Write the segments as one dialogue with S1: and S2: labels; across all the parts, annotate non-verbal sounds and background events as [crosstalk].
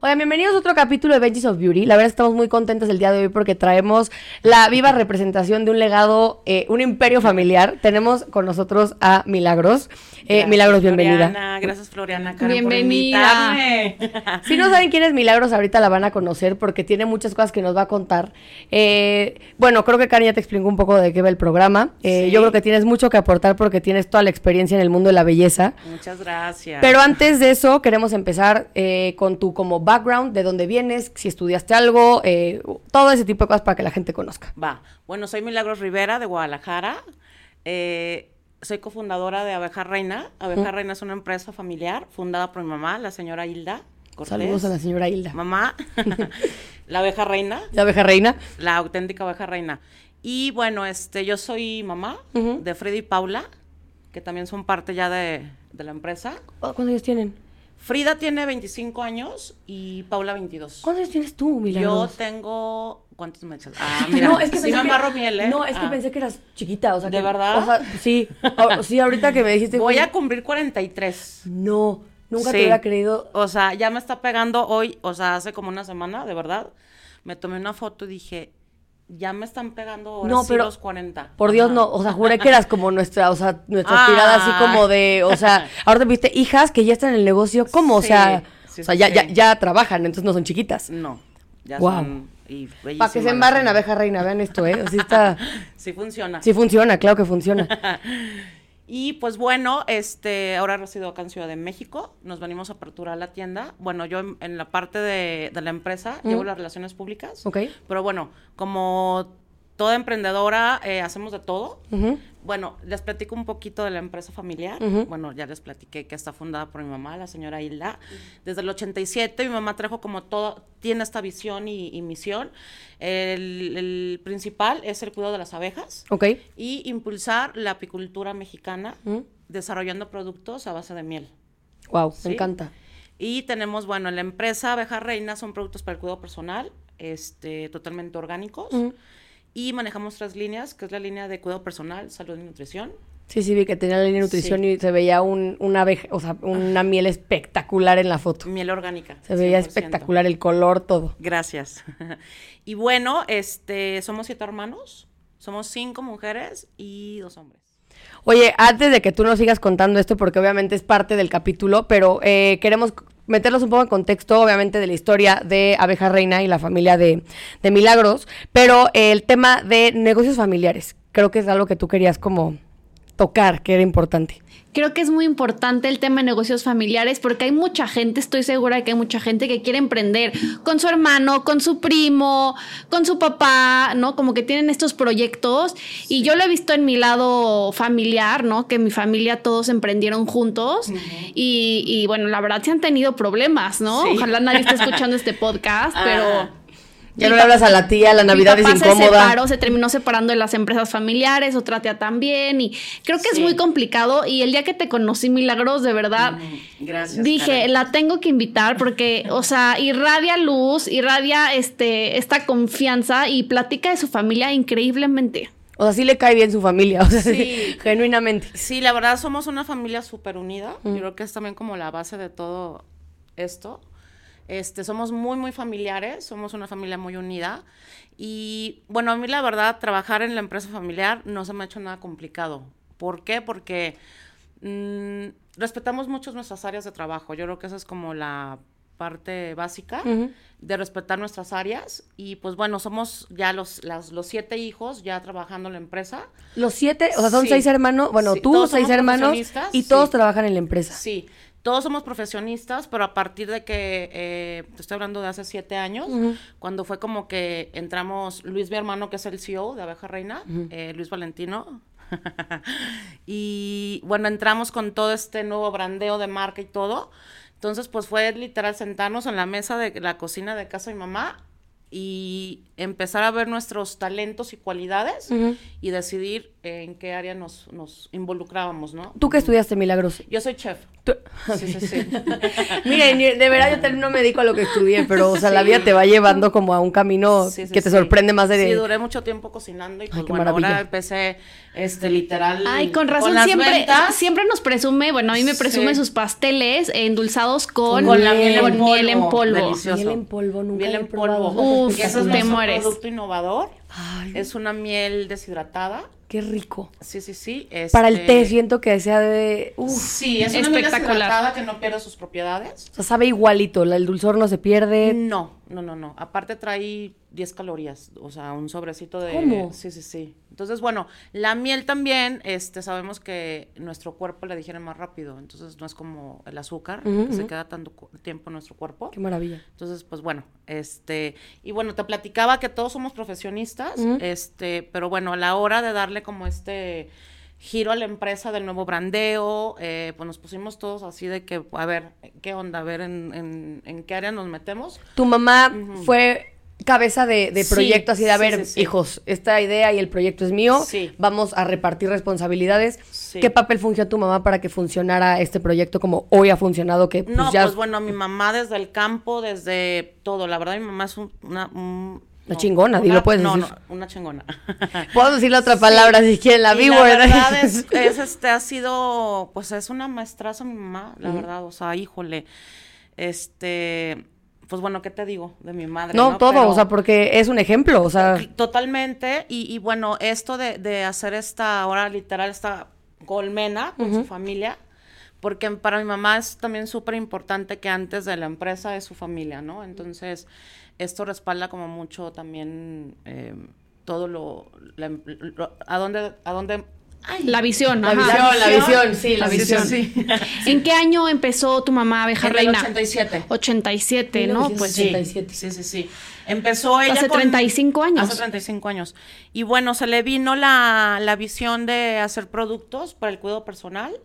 S1: Hola, bienvenidos a otro capítulo de Benji's of Beauty. La verdad estamos muy contentas el día de hoy porque traemos la viva representación de un legado, eh, un imperio familiar. Tenemos con nosotros a Milagros. Eh,
S2: Gracias,
S1: Milagros, bienvenida.
S2: Floriana. Gracias, Floriana. Karen,
S3: Bienvenida.
S2: Por invitarme. [laughs]
S1: Si no saben quién es Milagros, ahorita la van a conocer porque tiene muchas cosas que nos va a contar. Eh, bueno, creo que Karen ya te explicó un poco de qué va el programa. Eh,
S2: Sí.
S1: Yo creo que tienes mucho que aportar porque tienes toda la experiencia en el mundo de la belleza.
S2: Muchas gracias.
S1: Pero antes de eso, queremos empezar eh, con tu como background, de dónde vienes, si estudiaste algo, eh, todo ese tipo de cosas para que la gente conozca.
S2: Va. Bueno, soy Milagros Rivera de Guadalajara. Eh, soy cofundadora de Abeja Reina. Abeja Reina es una empresa familiar fundada por mi mamá, la señora Hilda Cortés.
S1: Saludos a la señora Hilda.
S2: Mamá, [laughs] la Abeja Reina.
S1: La abeja reina.
S2: La auténtica oveja reina. Y bueno, este, yo soy mamá
S1: Ujú.
S2: de Frida y Paula, que también son parte ya de, de la empresa.
S1: ¿Cuántos años tienen?
S2: Frida tiene 25 años y Paula 22.
S1: ¿Cuántos años tienes tú,
S2: Yo
S1: Milagros?
S2: tengo... ¿Cuántos me echas?
S1: [laughs]
S2: Ah, mira, sí me
S1: que-
S2: amarro miel, ¿eh?
S1: No, es que
S2: Ah.
S1: pensé que eras chiquita, o sea.
S2: ¿De
S1: que-
S2: verdad?
S1: o sea, sí, a- sí, ahorita que me dijiste.
S2: Voy
S1: güey,
S2: a cumplir 43.
S1: No, nunca te
S2: Sí.
S1: hubiera creído.
S2: O sea, ya me está pegando hoy, o sea, hace como una semana, de verdad. Me tomé una foto y dije, ya me están pegando ahora
S1: No,
S2: sí
S1: pero-
S2: los 40.
S1: Por Dios,
S2: Ajá.
S1: no, o sea, juré que eras como nuestra, o sea, nuestra
S2: Ah.
S1: tirada así como de, o
S2: [laughs]
S1: sea, ahora te viste hijas que ya están en el negocio, ¿cómo? O
S2: Sí,
S1: sea,
S2: sí,
S1: o sea ya,
S2: sí.
S1: ya, ya trabajan, entonces no son chiquitas.
S2: No, ya
S1: Guau.
S2: son... y
S1: Para que
S2: bellísimas
S1: se
S2: las
S1: embarren
S2: niñas.
S1: abeja reina, vean esto, ¿eh? Así está,
S2: Sí funciona.
S1: sí funciona, claro que
S2: [laughs]
S1: funciona.
S2: Y pues bueno, este, ahora resido acá en Ciudad de México, nos venimos a aperturar la tienda. Bueno, yo en, en la parte de, de la empresa llevo las relaciones públicas,
S1: Ok.
S2: pero bueno, como toda emprendedora eh, hacemos de todo.
S1: Ujú.
S2: Bueno, les platico un poquito de la empresa familiar.
S1: Ujú.
S2: Bueno, ya les platiqué que está fundada por mi mamá, la señora Hilda. Desde el 87 mi mamá trajo como todo, tiene esta visión y, y misión. El- el principal es el cuidado de las abejas
S1: Ok.
S2: y impulsar la apicultura mexicana
S1: Mm.
S2: desarrollando productos a base de miel.
S1: Wow,
S2: Sí.
S1: me encanta.
S2: Y tenemos, bueno, en la empresa Abeja Reina son productos para el cuidado personal, este, totalmente orgánicos.
S1: Ujú.
S2: Y manejamos tres líneas, que es la línea de cuidado personal, salud y nutrición.
S1: Sí, sí, vi que tenía la línea de nutrición
S2: Sí.
S1: y se veía un, una abeja, o sea,
S3: Ah.
S1: una miel espectacular en la foto.
S2: Miel orgánica.
S1: Se veía
S2: 100%.
S1: espectacular el color, todo.
S2: Gracias. [laughs] y bueno, este, somos siete hermanos, somos cinco mujeres y dos hombres.
S1: Oye, antes de que tú nos sigas contando esto, porque obviamente es parte del capítulo, pero eh, queremos c- meterlos un poco en contexto, obviamente, de la historia de Abeja Reina y la familia de, de Milagros, pero eh, el tema de negocios familiares, creo que es algo que tú querías como tocar, que era importante.
S3: Creo que es muy importante el tema de negocios familiares porque hay mucha gente, estoy segura que hay mucha gente que quiere emprender con su hermano, con su primo, con su papá, ¿no? Como que tienen estos proyectos y yo lo he visto en mi lado familiar, ¿no? Que en mi familia todos emprendieron juntos y, y, bueno, la verdad se han tenido problemas, ¿no?
S2: Sí.
S3: Ojalá nadie esté escuchando este podcast, pero...
S2: Ajá.
S1: Ya
S3: Mi
S1: no le
S3: pa-
S1: hablas a la tía, la Navidad
S3: mi
S1: es
S3: papá
S1: incómoda.
S3: se separó, se terminó separando de las empresas familiares, otra tía también, y creo que es
S2: Sí.
S3: muy complicado. Y el día que te conocí, Milagros, de verdad,
S2: Mm, Gracias.
S3: dije,
S2: Karen.
S3: la tengo que invitar porque, o sea, irradia luz, irradia este, esta confianza y platica de su familia increíblemente.
S1: O sea, sí le cae bien su familia, [laughs] o sea,
S2: Sí.
S1: genuinamente.
S2: Sí, la verdad somos una familia súper unida. Yo creo que es también como la base de todo esto. Este, somos muy, muy familiares, somos una familia muy unida. Y bueno, a mí la verdad, trabajar en la empresa familiar no se me ha hecho nada complicado. ¿Por qué? Porque mm, respetamos mucho nuestras áreas de trabajo. Yo creo que esa es como la parte básica
S1: Ujú.
S2: de respetar nuestras áreas. Y pues bueno, somos ya los, las- los siete hijos ya trabajando en la empresa.
S1: Los siete, o sea, son
S2: Sí.
S1: seis hermanos, bueno,
S2: Sí,
S1: tú,
S2: todos
S1: seis
S2: somos
S1: hermanos,
S2: profesionistas,
S1: y todos
S2: sí.
S1: trabajan en la empresa.
S2: Sí, todos somos profesionistas, pero a partir de que, eh, te estoy hablando de hace siete años, cuando fue como que entramos Luis, mi hermano, que es el CEO de Abeja Reina, eh, Luis Valentino, [laughs] y bueno, entramos con todo este nuevo brandeo de marca y todo. Entonces, pues fue literal sentarnos en la mesa de la cocina de casa de mi mamá y empezar a ver nuestros talentos y cualidades
S1: Ujú.
S2: y decidir en qué área nos, nos involucrábamos, ¿no?
S1: ¿Tú que estudiaste milagros?
S2: Yo soy chef.
S1: Tú-
S2: Sí, sí,
S1: [laughs]
S2: sí. [laughs]
S1: Miren, yo- Ah, de verdad yo también no me dedico a lo que estudié, pero o sea, la vida te va llevando como a un camino
S2: Sí, sí,
S1: Oh, que te
S2: sí.
S1: sorprende más de...
S2: Sí, duré mucho tiempo cocinando y pues,
S1: qué
S2: bueno,
S1: maravilla.
S2: ahora empecé este literal
S3: Ay, con razón
S2: las
S3: siempre,
S2: ventas.
S3: siempre nos presume, bueno, a mí me presume
S2: Sí.
S3: sus pasteles eh, endulzados con,
S2: Con la miel en
S3: con
S2: polvo.
S3: miel en polvo.
S2: Delicioso.
S1: Miel en polvo, nunca
S2: miel
S1: la he
S2: en
S1: probado.
S2: polvo.
S3: Uf,
S2: Y eso es
S3: te
S2: nuestro
S3: mueres.
S2: producto innovador.
S1: Ay,
S2: Es una miel deshidratada.
S1: qué rico.
S2: Sí, sí, sí. este-
S1: Para el té siento que sea de... Uf,
S2: Sí, es una miel
S3: Espectacular.
S2: deshidratada que no pierde sus propiedades.
S1: o sea, sabe igualito, la- el dulzor no se pierde.
S2: No, no, no, no. Aparte trae 10 calorías, o sea, un sobrecito de...
S1: ¿Cómo?
S2: Sí, sí, sí. Entonces, bueno, la miel también, este, sabemos que nuestro cuerpo la digiere más rápido, entonces no es como el azúcar,
S1: Ujú,
S2: que se
S1: ujú.
S2: queda tanto cu- tiempo en nuestro cuerpo.
S1: Qué maravilla.
S2: Entonces, pues bueno, este, y bueno, te platicaba que todos somos profesionistas,
S1: Ujú.
S2: este, pero bueno, a la hora de darle como este giro a la empresa del nuevo brandeo, eh, pues nos pusimos todos así de que, a ver, ¿qué onda? A ver, ¿en, en, en qué área nos metemos?
S1: Tu mamá fue cabeza de, de
S2: Sí,
S1: proyecto así de, a
S2: sí,
S1: ver,
S2: sí, sí.
S1: hijos, esta idea y el proyecto es mío,
S2: Sí.
S1: vamos a repartir responsabilidades.
S2: Sí.
S1: ¿Qué papel fungió tu mamá para que funcionara este proyecto como hoy ha funcionado? Que pues,
S2: No,
S1: ya
S2: pues bueno, mi mamá desá el campo, desde todo, la verdad, mi mamá es un- una... un-
S1: Una
S2: no,
S1: chingona, di,
S2: una-
S1: lo puedes
S2: no,
S1: decir.
S2: no,
S1: [laughs]
S2: una chingona.
S1: Puedo decir la otra palabra si quieren, la
S2: [laughs] Y
S1: vivo, [laughs]
S2: verdad es, es, este, ha sido, pues es una maestraza mi mamá, la verdad, o sea, híjole, este, pues bueno, ¿qué te digo de mi madre?
S1: no, todo,
S2: Pero-
S1: o sea, porque es un ejemplo, o sea,
S2: Totalmente, y, y bueno, esto de, de hacer esta, ahora literal, esta colmena con su familia, porque para mi mamá es también súper importante que antes de la empresa es su familia, ¿no? Entonces, esto respalda como mucho también eh, todo lo, la- em, lo- a dónde, a dónde... ay,
S3: La visión,
S1: la
S3: ajá.
S1: visión, la visión, sí, la
S2: Sí, sí,
S1: visión.
S2: sí.
S3: ¿En qué año empezó tu mamá Abeja
S2: En el
S3: Reina?
S2: 87.
S3: 87, ¿no? Pues
S2: Sí,
S1: 87.
S2: Sí, sí, sí. Empezó ella
S3: Hace
S2: con-
S3: 35 años.
S2: Hace 35 años. Y bueno, se le vino la, la visión de hacer productos para el cuidado personal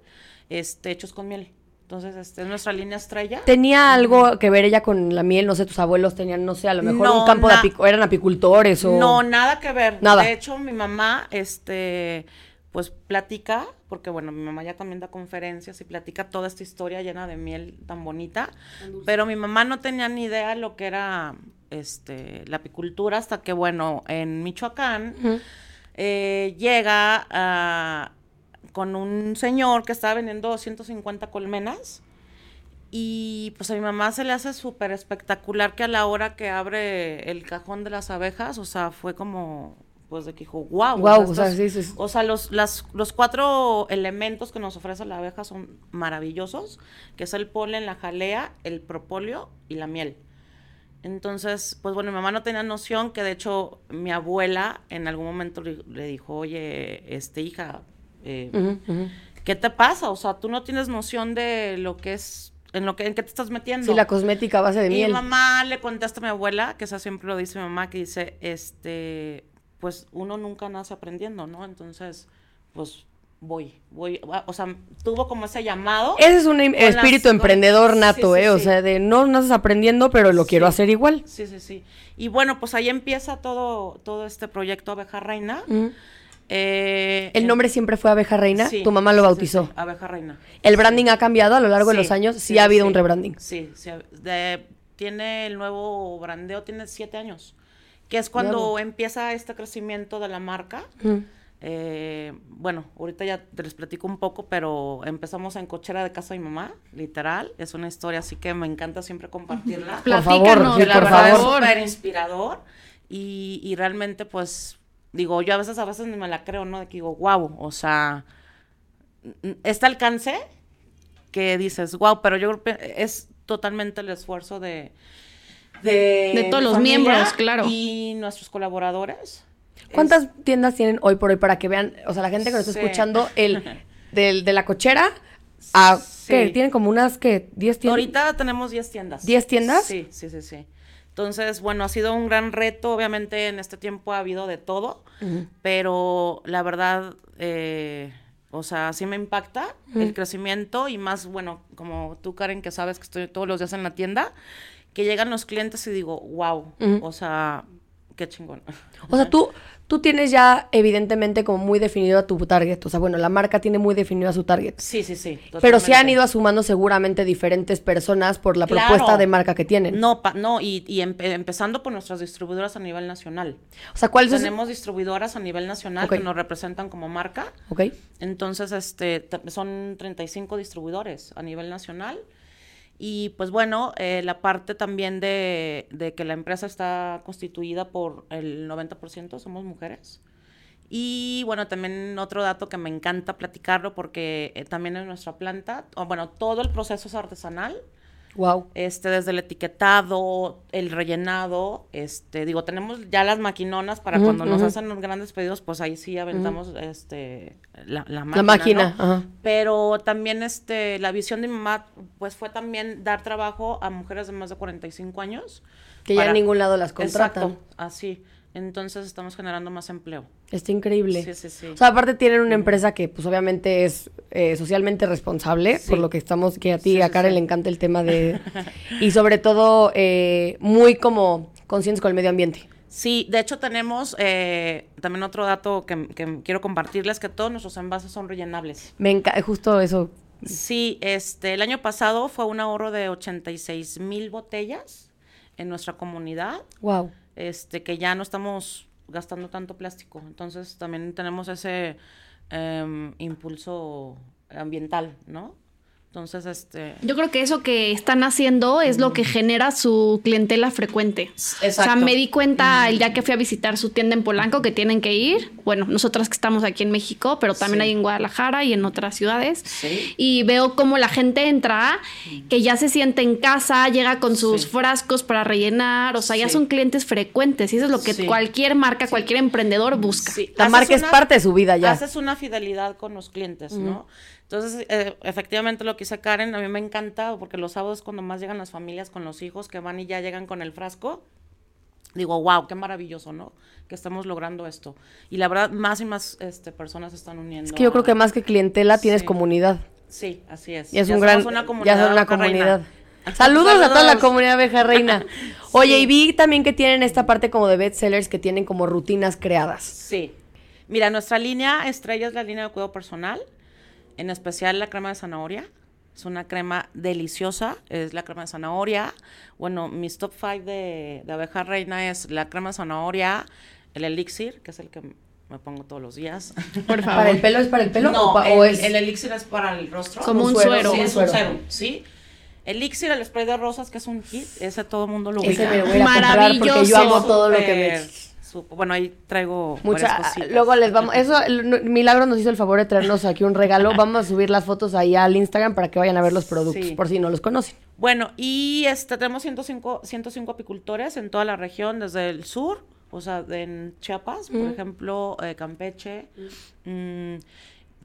S2: este, hechos con miel. Entonces, este, es nuestra línea estrella.
S1: ¿Tenía algo que ver ella con la miel? No sé, tus abuelos tenían, no sé, a lo mejor
S2: No,
S1: un campo de
S2: na-
S1: apic- eran apicultores o...
S2: No, nada que ver.
S1: Nada.
S2: De hecho, mi mamá, este, pues platica, porque bueno, mi mamá ya también da conferencias y platica toda esta historia llena de miel tan bonita. Pero mi mamá no tenía ni idea lo que era este, la apicultura hasta que, bueno, en Michoacán
S1: Ujú.
S2: eh, llega ah, con un señor que estaba vendiendo 150 colmenas. Y pues a mi mamá se le hace súper espectacular que a la hora que abre el cajón de las abejas, o sea, fue como, pues de que dijo, wow.
S1: Guau, o sea, sí, sí, sí.
S2: O sea, los, las- los cuatro elementos que nos ofrece la abeja son maravillosos, que es el polen, la jalea, el propóleo y la miel. Entonces, pues bueno, mi mamá no tenía noción que de hecho mi abuela en algún momento le, le dijo, oye, este hija, eh,
S1: Ujú, ujú.
S2: ¿qué te pasa? O sea, tú no tienes noción de lo que es, en lo que, en qué te estás metiendo.
S1: Sí, la cosmética a base de
S2: y
S1: miel.
S2: mi mamá le contesta a mi abuela, que eso siempre lo dice mi mamá, que dice, este, pues uno nunca nace aprendiendo, ¿no? Entonces, pues voy, voy, va- o sea, tuvo como ese llamado.
S1: Ese es un im-
S2: Con las-
S1: espíritu
S2: con-
S1: emprendedor nato,
S2: Sí, sí,
S1: ¿eh? O
S2: sí.
S1: sea, de no naces aprendiendo, pero lo quiero
S2: Sí.
S1: hacer igual.
S2: Sí, sí, sí. Y bueno, pues ahí empieza todo, todo este proyecto Abeja Reina.
S1: Ujú.
S2: Eh,
S1: Mm. El
S2: en-
S1: nombre siempre fue Abeja Reina,
S2: Mm. Sí,
S1: tu mamá lo
S2: sí, sí,
S1: bautizó.
S2: sí, Abeja Reina.
S1: El branding ha cambiado a lo largo de los
S2: Sí,
S1: años, sí,
S2: sí,
S1: ha habido
S2: sí.
S1: un rebranding.
S2: Sí, sí, de- tiene el nuevo brandeo, tiene siete años, que es cuando
S1: Bravo.
S2: empieza este crecimiento de la marca.
S1: Ujú.
S2: Eh, bueno, ahorita ya te les platico un poco, pero empezamos en cochera de casa de mi mamá, literal. Es una historia así que me encanta siempre
S1: [laughs]
S2: compartirla.
S1: Por
S3: Platícanos,
S1: favor, sí,
S2: Que la
S1: por
S2: verdad
S1: favor.
S2: Es súper inspirador. Y, y realmente, pues, digo, yo a veces, a veces ni me la creo, ¿no? De que digo, wow, o sea, n- este alcance que dices, wow, pero yo creo que es totalmente el esfuerzo de... De,
S3: De todos
S2: mi
S3: los miembros, claro.
S2: Y nuestros colaboradores.
S1: ¿Cuántas tiendas tienen hoy por hoy para que vean, o sea, la gente que nos está
S2: Sí.
S1: escuchando,
S2: [laughs]
S1: el del, de la cochera a,
S2: Sí.
S1: ¿qué? Tienen como unas, que 10 tiendas.
S2: Ahorita tenemos 10 tiendas.
S1: ¿Diez tiendas?
S2: Sí, sí, sí, sí. Entonces, bueno, ha sido un gran reto. Obviamente en este tiempo ha habido de todo, pero la verdad, eh, O sea, sí me impacta el crecimiento y más, bueno, como tú, Karen, que sabes que estoy todos los días en la tienda, que llegan los clientes y digo, wow, o sea, qué chingón.
S1: O sea, tú, tú tienes ya evidentemente como muy definido a tu target. O sea, bueno, la marca tiene muy definido a su target.
S2: Sí, sí, sí.
S1: Pero sí han
S2: totalmente.
S1: ido asumando seguramente diferentes personas por la
S2: Claro.
S1: propuesta de marca que tienen.
S2: No, pa- no y, y empe- empezando por nuestras distribuidoras a nivel nacional.
S1: O sea, ¿cuáles son?
S2: Tenemos distribuidoras a nivel nacional
S1: Ok.
S2: que nos representan como marca.
S1: Ok.
S2: Entonces, este, ta- son 35 distribuidores a nivel nacional. Y pues bueno, eh, la parte también de, de que la empresa está constituida por el 90% somos mujeres. Y bueno, también otro dato que me encanta platicarlo porque eh, también en nuestra planta, o bueno, todo el proceso es artesanal
S1: Wow.
S2: este, desde el etiquetado, el rellenado, este, digo, tenemos ya las maquinonas para
S1: Ujú,
S2: cuando nos
S1: ujú.
S2: hacen los grandes pedidos, pues ahí sí aventamos, este, la, la máquina,
S1: La máquina.
S2: ¿no?
S1: Ajá.
S2: Pero también, este, la visión de mi mamá, pues fue también dar trabajo a mujeres de más de 45 años.
S1: Que ya
S2: para-
S1: en ningún lado las contratan.
S2: Exacto, así. Entonces estamos generando más empleo.
S1: Está increíble.
S2: Sí, sí, sí.
S1: O sea, aparte tienen una empresa que, pues, obviamente es eh, socialmente responsable,
S2: Sí.
S1: por lo que estamos, que a ti
S2: Sí,
S1: y a
S2: sí,
S1: Karen
S2: sí.
S1: le encanta el tema
S2: [laughs]
S1: de... y sobre todo, eh, muy como conscientes con el medio ambiente.
S2: Sí, de hecho tenemos eh, también otro dato que, que quiero compartirles, que todos nuestros envases son rellenables.
S1: Me encanta, justo eso.
S2: Sí, este, el año pasado fue un ahorro de 86 mil botellas en nuestra comunidad,
S1: Wow.
S2: este, que ya no estamos gastando tanto plástico. Entonces también tenemos ese em, impulso ambiental, ¿no? Entonces, este,
S3: Yo creo que eso que están haciendo es lo que genera su clientela frecuente. O sea,
S2: Mm. Exacto. Mm.
S3: me di cuenta el día que fui a visitar su tienda en Polanco que tienen que ir. Bueno, nosotras que estamos aquí en México, pero también
S2: Sí.
S3: hay en Guadalajara y en otras ciudades.
S2: Sí.
S3: Y veo cómo la gente entra, que ya se siente en casa, llega con sus
S2: Sí.
S3: frascos para rellenar. O sea, ya
S2: Sí.
S3: son clientes frecuentes y eso es lo que
S2: Sí.
S3: cualquier marca, cualquier emprendedor busca.
S2: sí,
S1: La
S2: haces
S1: marca es
S2: una-
S1: parte de su vida ya.
S2: Haces una fidelidad con los clientes, ¿no? Entonces, eh, efectivamente lo que dice Karen, a mí me encanta, porque los sábados cuando más llegan las familias con los hijos que van y ya llegan con el frasco, digo, wow, qué maravilloso, ¿no? Que estamos logrando esto. Y la verdad, más y más este, personas se están uniendo.
S1: Es que yo creo que
S2: a-
S1: más que clientela tienes
S2: Sí.
S1: comunidad.
S2: Sí, así es.
S1: Y es
S2: Ya
S1: un
S2: somos
S1: gran.
S2: una comunidad.
S1: ya son una
S2: abeja reina.
S1: comunidad.
S2: [laughs]
S1: Saludos, a toda la comunidad abeja reina. Oye,
S2: Sí.
S1: y vi también que tienen esta parte como de bestsellers que tienen como rutinas creadas.
S2: Sí. Mira, nuestra línea estrella es la línea de cuidado personal, en especial la crema de zanahoria. Es una crema deliciosa, es la crema de zanahoria. Bueno, mis top 5 de, de abeja reina es la crema de zanahoria, el elixir, que es el que me pongo todos los días.
S3: Por favor.
S1: ¿Para el pelo es para el pelo
S2: No,
S1: o, pa-
S2: el,
S1: o es
S2: el elixir es para el rostro.
S3: Como un suero.
S2: Sí,
S3: Como
S2: es
S1: un
S2: un
S1: suero.
S2: serum, ¿sí? Elixir, el spray de rosas, que es un hit, ese todo el mundo lo
S1: Ese
S2: ubica.
S1: me voy a comprar porque yo
S3: Maravilloso.
S1: amo todo lo que
S2: Súper,
S1: me
S2: súper. Bueno, ahí traigo
S1: Mucha,
S2: varias cositas.
S1: luego les vamos, eso, el- no- Milagro nos hizo el favor de traernos aquí un
S2: [laughs]
S1: regalo, vamos a subir las fotos ahí al Instagram para que vayan a ver los productos,
S2: Sí.
S1: por si no los conocen.
S2: Bueno, y este, tenemos 105, 105 apicultores en toda la región, desde el sur, o sea, de- en Chiapas,
S1: Mm.
S2: por ejemplo, eh, Campeche. Mm,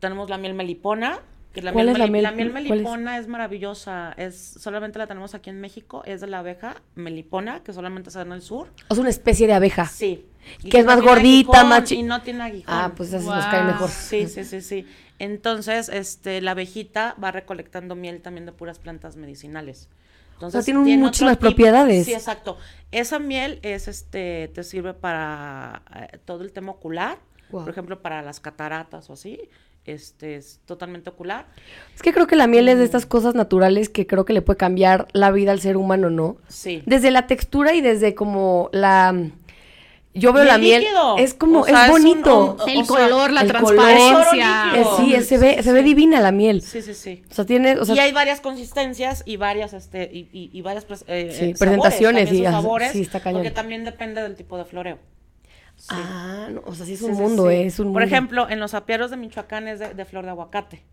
S2: tenemos la miel melipona. que la,
S1: ¿Cuál
S2: miel
S1: es la
S2: meli-
S1: miel-
S2: la miel
S1: cuál es?
S2: melipona es? maravillosa. Es, solamente la tenemos aquí en México. Es de la abeja melipona, que solamente se da en el sur.
S1: Es una especie de abeja.
S2: Sí. Y
S1: Ah. Que es más
S2: tiene
S1: gordita,
S2: aguijón,
S1: más chi-
S2: Y no tiene aguijón.
S1: Ah, pues así nos cae
S3: Guau.
S1: mejor.
S2: Sí, sí, sí, sí. Entonces, este, la abejita va recolectando miel también de puras plantas medicinales. Entonces,
S1: tiene un-
S2: otro
S1: muchísimas
S2: tip-
S1: propiedades.
S2: Sí, exacto. Esa miel es, este, te sirve para eh, todo el tema ocular,
S1: Guau.
S2: por ejemplo, para las cataratas o así. Este es totalmente ocular.
S1: Es que creo que la miel es
S2: Mm.
S1: de estas cosas naturales que creo que le puede cambiar la vida al ser humano, ¿no?
S2: Sí.
S1: Desde la textura y desde como la... mm, Yo veo
S2: Y
S1: la
S2: el
S1: miel,
S2: líquido,
S1: es como,
S2: o sea,
S1: es
S2: es un-
S1: bonito.
S2: un-
S3: El
S2: o sea,
S3: color, la
S1: el color.
S3: transparencia.
S2: líquido.
S1: Eh, sí, es- se ve, se ve divina la miel.
S2: Sí, sí, sí.
S1: O sea, tiene, o sea,
S2: y hay varias consistencias y varias este y, y- y varias pres-
S1: Sí,
S2: eh, eh, sabores,
S1: presentaciones
S2: también
S1: y-
S2: sus
S1: ah,
S2: sabores,
S1: sí, está cañón.
S2: porque también depende del tipo de floreo. Sí.
S1: ah, no, o sea, sí es
S2: Sí,
S1: un
S2: sí,
S1: mundo,
S2: sí.
S1: eh, es un mundo.
S2: Por ejemplo, en los apiarios de Michoacán es de, de flor de aguacate.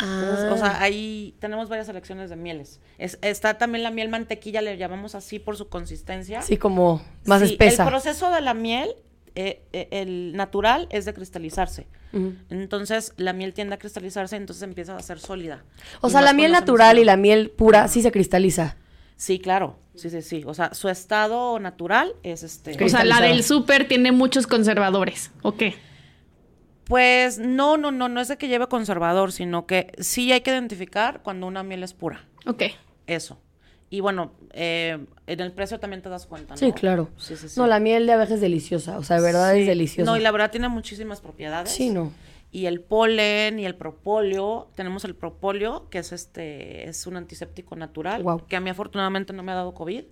S2: Entonces,
S1: Ah.
S2: O sea, ahí tenemos varias selecciones de mieles. Es- está también la miel mantequilla, le llamamos así por su consistencia.
S1: Sí, como más
S2: Sí,
S1: espesa.
S2: El proceso de la miel, eh, eh, el natural, es de cristalizarse.
S1: Ujú.
S2: Entonces, la miel tiende a cristalizarse, entonces empieza a ser sólida.
S1: O
S2: Y
S1: sea, la
S2: más
S1: miel
S2: cuando se
S1: natural y
S2: mezcla.
S1: la miel pura sí se cristaliza.
S2: Sí, claro. Sí, sí, sí. O sea, su estado natural es este.
S1: Ok.
S3: O sea, la
S1: cristalizado.
S3: del súper tiene muchos conservadores. ¿O qué?
S2: Pues no, no, no, no es de que lleve conservador, sino que sí hay que identificar cuando una miel es pura.
S3: Ok.
S2: Eso. Y bueno, eh, en el precio también te das cuenta, ¿no?
S1: Sí, claro.
S2: Sí, sí, sí.
S1: No, la miel de abeja es deliciosa, o sea, de verdad
S2: Sí.
S1: es deliciosa.
S2: No, y la verdad tiene muchísimas propiedades.
S1: Sí, no.
S2: Y el polen y el propóleo, tenemos el propóleo, que es este es un antiséptico natural,
S1: Guau.
S2: que a mí afortunadamente no me ha dado COVID.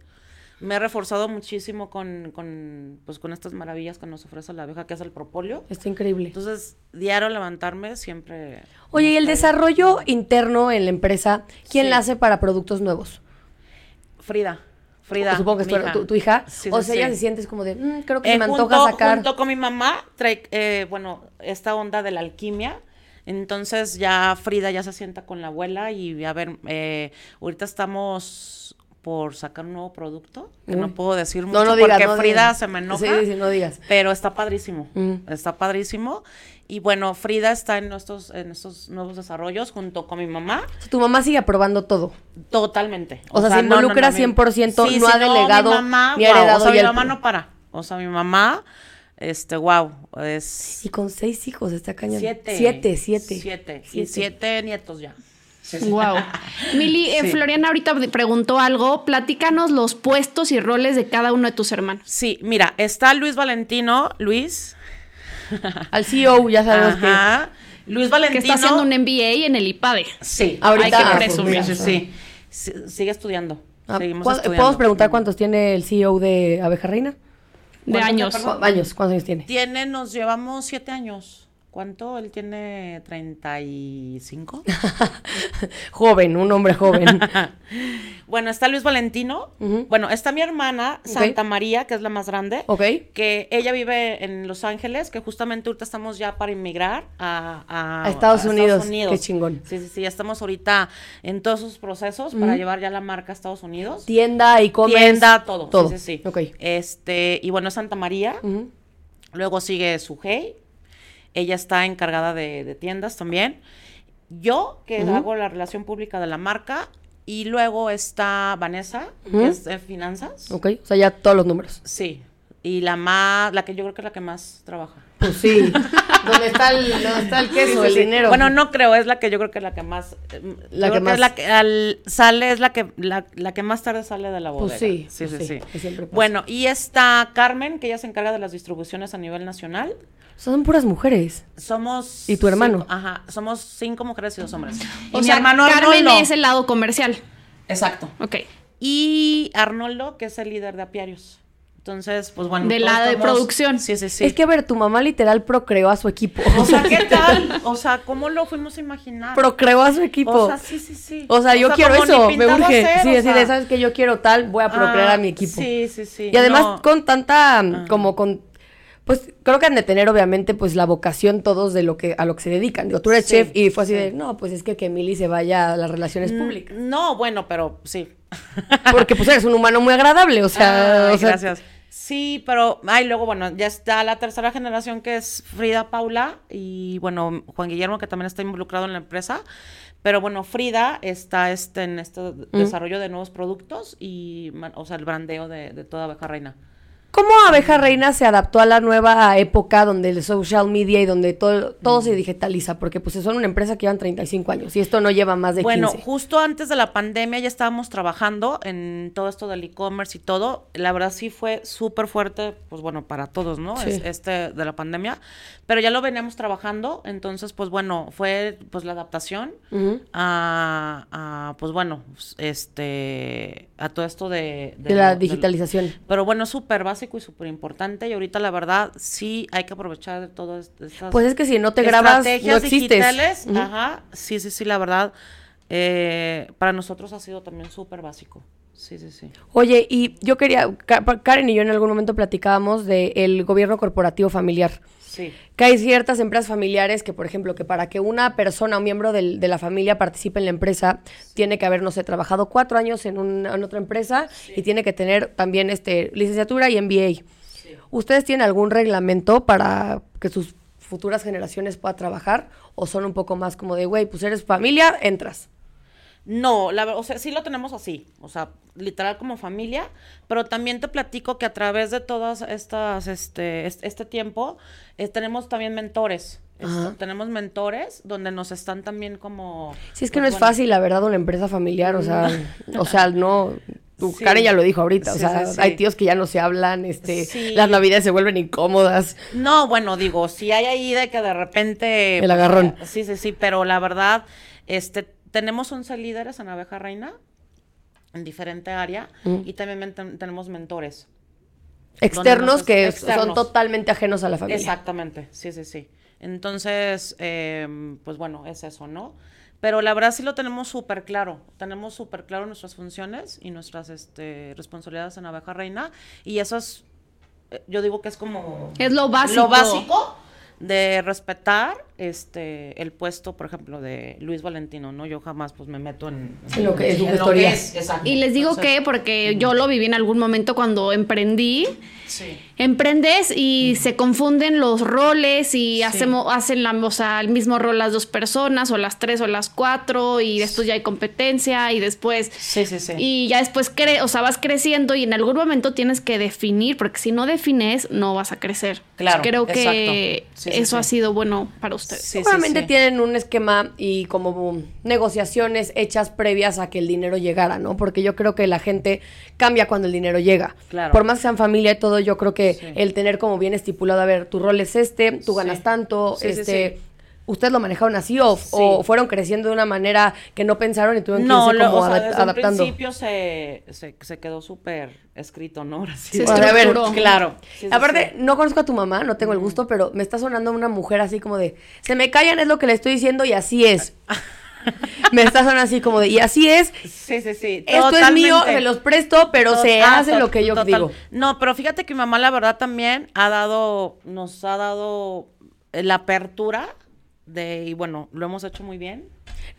S2: Me he reforzado muchísimo con, con, pues, con estas maravillas que nos ofrece la abeja, que es el propóleo.
S1: Está increíble.
S2: Entonces, diario levantarme siempre...
S1: Oye, ¿y el desarrollo interno en la empresa, quién
S2: Sí.
S1: la hace para productos nuevos?
S2: Frida. Frida.
S1: Supongo que es
S2: mi
S1: tu tu, tu hija.
S2: Sí,
S1: o
S2: sí,
S1: sea, ella
S2: sí.
S1: se siente es como de, "Mm, creo que
S2: Eh,
S1: se me
S2: junto,
S1: antoja sacar.
S2: junto con mi mamá, trae, eh, bueno, esta onda de la alquimia. Entonces ya Frida ya se sienta con la abuela y a ver, eh, ahorita estamos por sacar un nuevo producto, que
S1: Uy.
S2: no puedo decir mucho
S1: Mm. no, no digas.
S2: porque
S1: no
S2: Frida
S1: digas.
S2: se me enoja.
S1: Sí, sí, no digas.
S2: Pero está padrísimo,
S1: Mm.
S2: está padrísimo. Y bueno, Frida está en estos, en estos nuevos desarrollos junto con mi mamá.
S1: O sea, tu mamá sigue aprobando todo.
S2: Totalmente.
S1: O sea, se
S2: no, no, no,
S1: involucra
S2: mi-
S1: 100%, no ha
S2: mi
S1: delegado
S2: mamá,
S1: ni ha
S2: guau,
S1: heredado
S2: O sea,
S1: ya
S2: mi
S1: el
S2: mamá
S1: pro-
S2: no para. O sea, mi mamá, este, wow, es
S1: Y con seis hijos está cañón.
S2: siete.
S1: Siete, siete.
S2: Siete. Y siete nietos ya. [laughs]
S3: Wow. Mili, eh,
S2: Sí.
S3: Floriana ahorita preguntó algo. Platícanos los puestos y roles de cada uno de tus hermanos.
S2: Sí, mira, está Luis Valentino, Luis.
S1: Al CEO ya sabemos que...
S2: Ajá. Luis Valentino.
S3: Que está haciendo un MBA en el IPADE.
S2: Sí,
S1: em- Ahorita-
S2: hay
S1: Ah,
S2: que
S1: pues
S2: presumir,
S1: mira,
S2: sí,
S1: ajá.
S2: sí. S- Sigue estudiando.
S1: Ah,
S2: Seguimos
S1: ¿cu-
S2: estudiando.
S1: ¿Podemos preguntar cuántos tiene el CEO de Abeja Reina?
S3: De años.
S1: ¿Cu- Años, ¿cuántos años tiene?
S2: Tiene, nos llevamos siete años. ¿Cuánto? Él tiene 35.
S1: [laughs] joven, un hombre
S2: [laughs]
S1: joven.
S2: Bueno, está Luis Valentino.
S1: Ujú.
S2: Bueno, está mi hermana,
S1: Ok.
S2: Santa María, que es la más grande.
S1: ¿Ok?
S2: Que ella vive en Los Ángeles, que justamente ahorita estamos ya para inmigrar a,
S1: A Estados Unidos. Qué chingón.
S2: Sí, sí, sí, ya estamos ahorita en todos esos procesos para llevar ya la marca a Estados Unidos.
S1: Tienda, e-commerce.
S2: Tienda, todo.
S1: Todo.
S2: Sí, sí, sí.
S1: Ok.
S2: Este, y bueno, Santa María.
S1: Ujú.
S2: Luego sigue Sugei. Ella está encargada de, de tiendas también. Yo, que
S1: Ujú.
S2: hago la relación pública de la marca. Y luego está Vanessa,
S1: Ujú.
S2: que es de finanzas.
S1: Ok, o sea, ya todos los números.
S2: Sí. Y la más, la que yo creo que es la que más trabaja.
S1: Pues
S2: [laughs]
S1: sí. ¿Dónde está el, dónde está el queso,
S2: Sí,
S1: el
S2: sí.
S1: dinero?
S2: Bueno, no creo, es la que yo creo que es la que más. eh, yo
S1: La
S2: creo
S1: que
S2: que
S1: más-
S2: es la que al- sale, es la que, la, la que más tarde sale de la
S1: Pues
S2: bodega.
S1: sí,
S2: sí,
S1: pues
S2: sí.
S1: sí,
S2: sí.
S1: que siempre pasa.
S2: Bueno, y está Carmen, que ella se encarga de las distribuciones a nivel nacional.
S1: O sea, son puras mujeres.
S2: Somos.
S1: ¿Y tu hermano?
S2: cinco- ajá, somos cinco mujeres y dos hombres.
S3: O
S2: y
S3: sea,
S2: mi hermano
S3: Carmen
S2: Arnoldo.
S3: es el lado comercial.
S2: Exacto.
S3: Ok.
S2: Y Arnoldo, que es el líder de apiarios. Entonces, pues bueno.
S3: De
S2: todos
S3: la de
S2: estamos-
S3: producción.
S2: Sí, sí, sí.
S1: Es que, a ver, tu mamá literal procreó a su equipo.
S2: O [laughs] sea, ¿qué tal? O sea, ¿cómo lo fuimos a imaginar?
S1: procreó a su equipo.
S2: O sea, sí, sí, sí.
S1: O sea, yo quiero
S2: como ni
S1: eso, me
S2: pintaba
S1: urge.
S2: ser,
S1: sí,
S2: o
S1: así de,
S2: sea.
S1: ¿sabes que Yo quiero tal, voy a procrear
S2: Ah,
S1: a mi equipo.
S2: Sí, sí, sí.
S1: Y además
S2: No,
S1: con tanta, mm, como con, pues creo que han de tener obviamente pues la vocación todos de lo que, a lo que se dedican. Digo, tú eres
S2: Sí,
S1: chef y fue así
S2: sí. Mm.
S1: de, no, pues es que que Emily se vaya a las relaciones públicas.
S2: No, bueno, pero sí. [laughs]
S1: Porque pues eres un humano muy agradable, o sea.
S2: Ay,
S1: o sea,
S2: gracias. Sí, pero, ay, luego, bueno, ya está la tercera generación que es Frida Paula y, bueno, Juan Guillermo, que también está involucrado en la empresa. Pero, bueno, Frida está este, en este
S1: Mm.
S2: desarrollo de nuevos productos y, man- o sea, el brandeo de, de toda Abeja Reina.
S1: ¿Cómo Abeja Reina se adaptó a la nueva época donde el social media y donde todo, todo
S2: Mm.
S1: se digitaliza? Porque pues son una empresa que llevan 35 años y esto no lleva más de
S2: bueno,
S1: 15.
S2: justo antes de la pandemia ya estábamos trabajando en todo esto del e-commerce y todo. La verdad sí fue súper fuerte, pues bueno, para todos, ¿no?
S1: Sí.
S2: Es- este de la pandemia. Pero ya lo veníamos trabajando, entonces, pues bueno, fue pues la adaptación
S1: Ujú.
S2: a, a, pues bueno, s- este, a todo esto de...
S1: De la
S2: lo-
S1: digitalización.
S2: pero bueno, es súper básico y súper importante. Y ahorita, la verdad, sí hay que aprovechar de todas estas...
S1: Pues es que si no te grabas, no
S2: Estrategias
S1: existes.
S2: digitales,
S1: Ujú.
S2: ajá, sí, sí, sí, la verdad, eh, para nosotros ha sido también súper básico, sí, sí, sí.
S1: Oye, y yo quería, Ka- pa- Karen y yo en algún momento platicábamos del gobierno corporativo familiar,
S2: Sí,
S1: que hay ciertas empresas familiares que, por ejemplo, que para que una persona o miembro del- de la familia participe en la empresa, tiene que haber, no sé, trabajado cuatro años en, una- en otra empresa y tiene que tener también este, licenciatura y MBA. ¿Ustedes tienen algún reglamento para que sus futuras generaciones puedan trabajar o son un poco más como de, güey, pues eres familia, entras?
S2: No, la, ver- o sea, sí lo tenemos así, o sea, literal como familia, pero también te platico que a través de todas estas, este, es- este tiempo, eh, tenemos también mentores. Esto, tenemos mentores donde nos están también como...
S1: Sí, es que
S2: pues,
S1: no es
S2: bueno,
S1: fácil, la verdad, una empresa familiar, o sea, o
S2: [laughs]
S1: sea, no. Tu
S2: Sí.
S1: Karen ya lo dijo ahorita, o
S2: Sí,
S1: sea,
S2: sí, sí.
S1: hay tíos que ya no se hablan, este,
S2: Sí.
S1: las navidades se vuelven incómodas.
S2: No, bueno, digo, si hay ahí de que de repente... pues,
S1: El agarrón.
S2: Sí, sí, sí, pero la verdad, este, tenemos 11 líderes en Abeja Reina, en diferente área,
S1: Mm.
S2: y también men- tenemos mentores.
S1: Externos
S2: nos-
S1: que son
S2: externos.
S1: totalmente ajenos a la familia.
S2: Exactamente, sí, sí, sí. Entonces, em, pues bueno, es eso, ¿no? Pero la verdad sí lo tenemos súper claro. Tenemos súper claro nuestras funciones y nuestras este, responsabilidades en Abeja Reina. Y eso es, eh, yo digo que es como
S3: Es lo básico.
S2: lo básico de respetar este el puesto, por ejemplo, de Luis Valentino, ¿no? Yo jamás pues me meto en,
S1: En lo que es su
S2: en lo
S1: gestoría.
S2: que es, exacto.
S3: Y les digo
S2: Entonces,
S3: que, porque yo lo viví en algún momento cuando emprendí,
S2: sí.
S3: emprendes y se confunden los roles y hacemos, hacen la, o sea, el mismo rol las dos personas o las tres o las cuatro y después ya hay competencia y después...
S2: Sí, sí, sí.
S3: Y ya después, cre o sea, vas creciendo y en algún momento tienes que definir, porque si no defines, no vas a crecer.
S2: Claro,
S3: Creo que
S2: exacto. Sí, sí,
S3: eso
S2: sí.
S3: ha sido bueno para ustedes.
S2: Sí, sí,
S1: Seguramente
S2: sí.
S1: tienen un esquema y como um, negociaciones hechas previas a que el dinero llegara, ¿no? Porque yo creo que la gente cambia cuando el dinero llega.
S2: Claro.
S1: Por más que sean familia y todo, yo creo que
S2: Sí.
S1: el tener como bien estipulado, a ver, tu rol es este, tú
S2: Sí.
S1: ganas tanto,
S2: Sí, sí,
S1: este...
S2: sí.
S1: ¿Ustedes lo manejaron así o, o fueron creciendo de una manera que no pensaron y tuvieron que irse
S2: lo-
S1: como
S2: o sea,
S1: adap-
S2: desde un
S1: adaptando?
S2: principio se, se, se quedó súper escrito, ¿no? [laughs] Ahora sí.
S3: Se
S1: O sea, Este, a ver,
S3: estructuró.
S1: claro.
S2: Sí, sí,
S1: Aparte,
S2: sí.
S1: no conozco a tu mamá, no tengo el gusto, pero me está sonando una mujer así como de, se me callan es lo que le estoy diciendo y así
S2: [laughs]
S1: es. me está sonando así como de, y así es,
S2: Sí, sí, sí.
S1: esto es mío,
S2: totalmente.
S1: se los presto, pero se
S2: Total,
S1: hace lo que yo
S2: total.
S1: digo.
S2: No, pero fíjate que mi mamá, la verdad, también ha dado, nos ha dado la apertura de, y bueno, lo hemos hecho muy bien.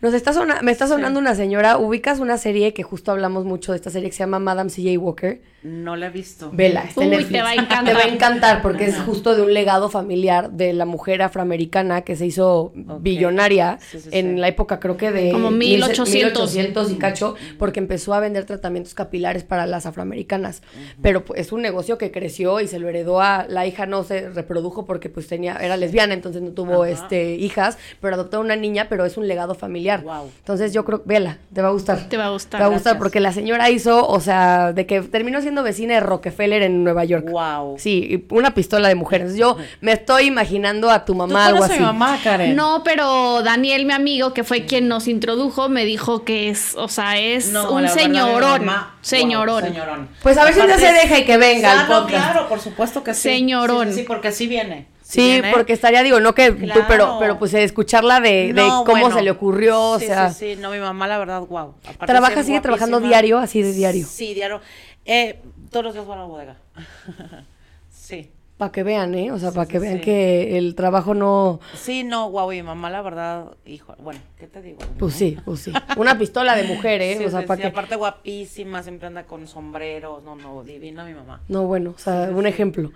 S1: Nos está sona- me está sonando una señora, ubicas una serie que justo hablamos mucho de esta serie que se llama Madame C.J. Walker.
S2: No la he visto.
S1: Vela, está en
S3: Uy, te
S1: Netflix.
S3: va a
S1: [laughs]
S3: encantar.
S1: Te va a encantar porque es justo de un legado familiar de la mujer afroamericana que se hizo billonaria
S2: Sí, sí,
S1: en
S2: sí.
S1: la época creo que de
S3: Como 1800.
S1: 1800 y cacho porque empezó a vender tratamientos capilares para las afroamericanas. Pero pues, es un negocio que creció y se lo heredó a la hija no se reprodujo porque pues tenía era lesbiana, entonces no tuvo
S2: Ajá.
S1: este hijas, pero adoptó a una niña, pero es un legado familiar.
S2: Guau.
S1: Entonces yo creo, vela, te va a gustar.
S3: Te va a gustar.
S1: Te va a gustar
S2: Gracias.
S1: porque la señora hizo, o sea, de que terminó siendo vecina de Rockefeller en Nueva York.
S2: Wow.
S1: Sí, y una pistola de mujeres. Yo me estoy imaginando a tu
S2: ¿Tú
S1: mamá algo
S2: conoces
S1: así.
S2: a mi mamá, Karen?
S3: No, pero Daniel, mi amigo, que fue quien nos introdujo, me dijo que es, o sea, es
S2: No,
S3: un
S2: la verdad, mi
S3: señorón.
S2: mamá,
S3: señorón.
S2: wow, señorón.
S1: Pues a ver si un día
S2: Aparte
S1: se
S2: es-
S1: deja y que venga al
S2: Ah, no,
S1: podcast.
S2: claro, por supuesto que sí.
S3: Señorón.
S2: Sí, sí, sí, porque sí viene.
S1: Sí,
S2: viene.
S1: porque estaría, digo, no que tú, pero,
S2: Claro.
S1: pero pues escucharla de, de
S2: No,
S1: cómo
S2: bueno.
S1: se le ocurrió, o
S2: Sí,
S1: sea.
S2: Sí, sí, no, mi mamá, la verdad, guau. Aparte,
S1: Trabaja,
S2: sí es
S1: sigue trabajando
S2: guapísima.
S1: diario, así de diario.
S2: Sí, diario. Eh, todos los días van a la bodega. [laughs] sí.
S1: Para que vean, ¿eh? O sea, para
S2: sí,
S1: que vean
S2: sí.
S1: que el trabajo no.
S2: Sí, no, guau, y mi mamá, la verdad, hijo, bueno, ¿qué te digo?
S1: Pues sí, pues sí. Una pistola de mujer, ¿eh?
S2: Sí,
S1: o sea,
S2: sí,
S1: para
S2: sí,
S1: que.
S2: aparte guapísima, siempre anda con sombreros, no, no, divina mi mamá.
S1: No, bueno, o sea, un ejemplo.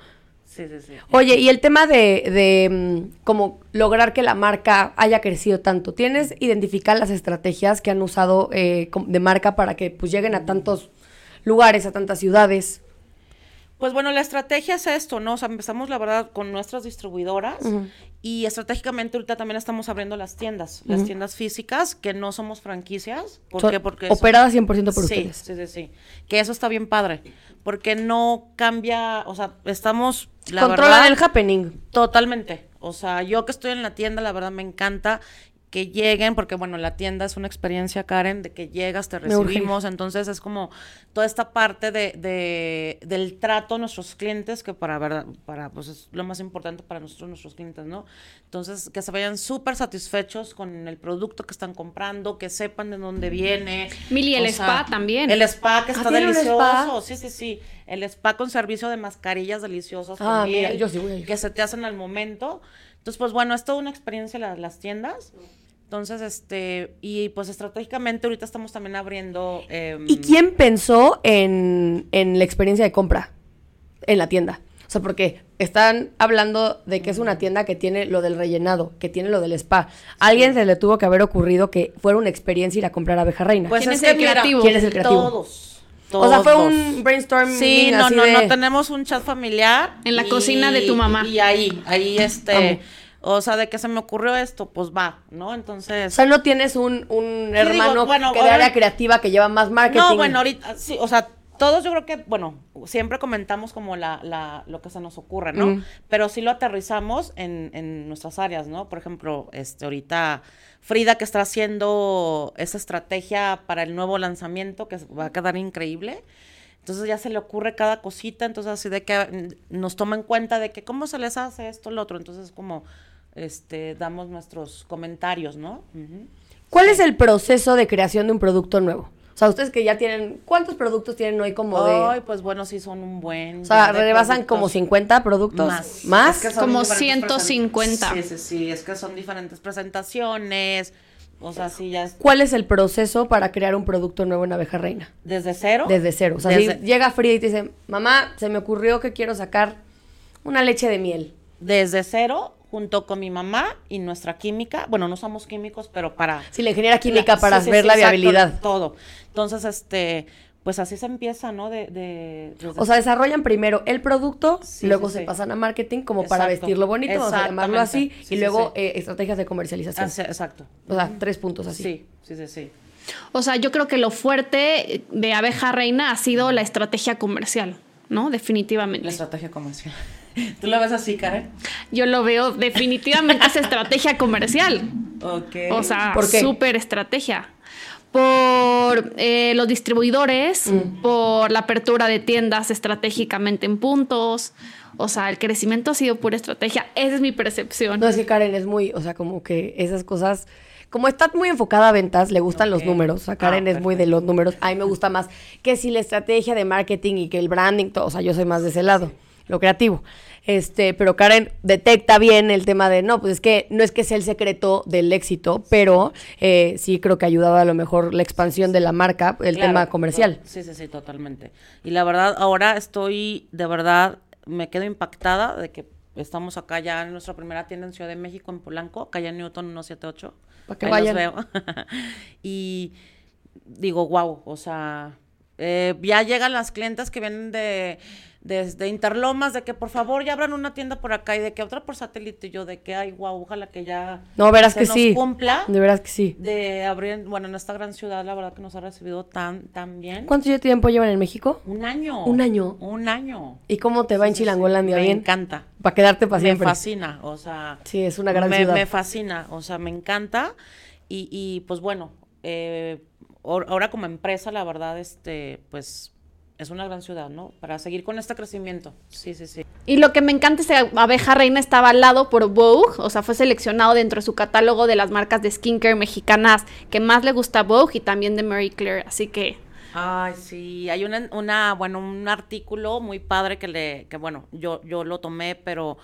S2: Sí, sí, sí.
S1: Oye, y el tema de, de mm, como lograr que la marca haya crecido tanto, ¿tienes identificar las estrategias que han usado eh, com- de marca para que pues lleguen a tantos lugares, a tantas ciudades?
S2: Pues bueno, la estrategia es esto, ¿no? O sea, empezamos, la verdad, con nuestras distribuidoras y estratégicamente ahorita también estamos abriendo las tiendas, las tiendas físicas, que no somos franquicias. ¿Por
S1: Son
S2: qué? Porque son-
S1: operadas 100% por
S2: sí,
S1: ustedes.
S2: Sí, sí, sí. Que eso está bien padre, porque no cambia, o sea, estamos, la
S1: Controlan
S2: verdad,
S1: el happening.
S2: Totalmente. O sea, yo que estoy en la tienda, la verdad me encanta que lleguen, porque bueno, la tienda es una experiencia, Karen, de que llegas, te
S1: Me urge.
S2: recibimos, entonces es como toda esta parte de, de- del trato a nuestros clientes, que para verdad, para, pues es lo más importante para nosotros, nuestros clientes, ¿no? Entonces, que se vayan súper satisfechos con el producto que están comprando, que sepan de dónde viene.
S3: Mili, el
S2: O
S3: spa también.
S2: El spa que
S1: Ah,
S2: está
S1: ¿tienen un
S2: delicioso,
S1: spa?
S2: sí, sí, sí. El spa con servicio de mascarillas
S1: Ah,
S2: deliciosas Pues también,
S1: mira, yo sí voy a ir.
S2: Que se te hacen al momento. Entonces, pues bueno, es toda una experiencia la- las tiendas. Entonces, este, y pues estratégicamente ahorita estamos también abriendo. em,
S1: ¿Y quién pensó en, en la experiencia de compra en la tienda? O sea, porque están hablando de que es
S2: Mm.
S1: una tienda que tiene lo del rellenado, que tiene lo del spa. Alguien se le tuvo que haber ocurrido que fuera una experiencia ir a comprar abeja reina.
S2: Pues
S3: ¿Quién
S2: es
S3: es el
S2: que, mira,
S3: creativo?
S1: ¿Quién es el creativo?
S2: Todos.
S1: O sea, fue
S2: todos.
S1: un brainstorming
S2: Sí, no,
S1: así
S2: no,
S1: de-
S2: no tenemos un chat familiar.
S3: En la cocina de tu mamá.
S2: Y ahí, ahí este.
S1: Amo.
S2: O sea, de que se me ocurrió esto, pues va, ¿no?
S1: O
S2: Entonces...
S1: sea, no tienes un, un
S2: digo,
S1: hermano
S2: bueno,
S1: que de área
S2: ahora-
S1: creativa Ah, que lleva más marketing.
S2: No, bueno, ahorita, sí, o sea, todos yo creo que, bueno, siempre comentamos como la, la- lo que se nos ocurre, ¿no?
S1: Mm.
S2: Pero sí lo aterrizamos en, en nuestras áreas, ¿no? Por ejemplo, este, ahorita Frida que está haciendo esa estrategia para el nuevo lanzamiento que va a quedar increíble. Entonces ya se le ocurre cada cosita, entonces así de que mm, nos toma en cuenta de que cómo se les hace esto, lo otro. Entonces como, este, damos nuestros comentarios, ¿no? Ujú.
S1: ¿Cuál es el proceso de creación de un producto nuevo? O sea, ustedes que ya tienen, ¿cuántos productos tienen hoy como de...?
S2: Ay, pues bueno, sí son un buen.
S1: o sea,
S2: ya de
S1: rebasan como
S2: productos.
S1: 50 productos.
S2: Más. Es que son
S3: Como
S2: diferentes
S3: 150.
S2: presen- Sí, sí, sí, es que son diferentes presentaciones. O sea, sí, ya es
S1: ¿Cuál es el proceso para crear un producto nuevo en Abeja Reina?
S2: desde cero.
S1: Desde cero. O sea,
S2: desde,
S1: si llega Frida y te dice, mamá, se me ocurrió que quiero sacar una leche de miel.
S2: desde cero, junto con mi mamá y nuestra química. Bueno, no somos químicos, pero para.
S1: Si la ingeniera química
S2: la-
S1: para
S2: sí, sí,
S1: ver
S2: sí,
S1: la
S2: exacto,
S1: viabilidad.
S2: Todo. Entonces, este, pues así se empieza, ¿no? De, de- desde
S1: O sea, desarrollan primero el producto,
S2: Sí,
S1: luego
S2: sí,
S1: se
S2: sí.
S1: pasan a marketing como para
S2: Exacto.
S1: vestirlo bonito, vamos a llamarlo así,
S2: Exactamente.
S1: y
S2: Sí, sí,
S1: luego
S2: sí.
S1: eh, estrategias de comercialización.
S2: Así- exacto.
S1: O sea, tres puntos así.
S2: Sí, sí, sí, sí.
S3: O sea, yo creo que lo fuerte de Abeja Reina ha sido la estrategia comercial, ¿no? Definitivamente.
S2: La estrategia comercial. [laughs] ¿Tú la ves así, Karen?
S3: Yo lo veo definitivamente es estrategia comercial.
S2: Ok.
S3: O sea,
S1: ¿Por qué?
S3: súper estrategia. Por eh, los distribuidores,
S2: Mm.
S3: por la apertura de tiendas estratégicamente en puntos. O sea, el crecimiento ha sido pura estrategia. Esa es mi percepción.
S1: No es que Karen es muy, o sea, como que esas cosas, como está muy enfocada a ventas, le gustan los
S2: Ok.
S1: números. O sea,
S2: Ah,
S1: Karen es muy de
S2: perfecto.
S1: los números. A mí me gusta más que si la estrategia de marketing y que el branding, todo, o sea, yo soy más de ese lado, lo creativo. Este, pero Karen detecta bien el tema de, no, pues es que no es que sea el secreto del éxito, pero eh, sí creo que ha ayudado a lo mejor la expansión de la marca, el
S2: Claro,
S1: tema comercial.
S2: to- Sí, sí, sí, totalmente. Y la verdad, ahora estoy, de verdad, me quedo impactada de que estamos acá ya en nuestra primera tienda en Ciudad de México, en Polanco, calle Newton 178.
S1: Pa' que
S2: Ahí
S1: vayan.
S2: los veo. [laughs] y digo, wow, o sea, eh, ya llegan las clientas que vienen de desde Interlomas, de que por favor ya abran una tienda por acá y de que otra por satélite, y yo de que, ay, wow, ojalá que ya
S1: No, verás
S2: se
S1: que
S2: nos
S1: sí.
S2: cumpla
S1: De veras que sí.
S2: de abrir, bueno, en esta gran ciudad, la verdad que nos ha recibido tan, tan bien.
S1: ¿Cuánto ya tiempo llevan en México?
S2: Un año.
S1: ¿Un año?
S2: Un año.
S1: ¿Y cómo te va en Chilangolandia?
S2: Me
S1: ¿Bien?
S2: encanta.
S1: Para quedarte para
S2: Me
S1: siempre.
S2: fascina, o sea.
S1: Sí, es una gran
S2: me,
S1: ciudad.
S2: Me fascina, o sea, me encanta. Y, y, pues bueno, eh, or- ahora como empresa, la verdad, este, pues es una gran ciudad, ¿no? Para seguir con este crecimiento. Sí, sí, sí.
S3: Y lo que me encanta es que Abeja Reina estaba al lado por Vogue, o sea, fue seleccionado dentro de su catálogo de las marcas de skincare mexicanas que más le gusta a Vogue y también de Mary Claire. Así que
S2: Ay, sí, hay una, una, bueno, un artículo muy padre que le, que bueno, yo, yo lo tomé, pero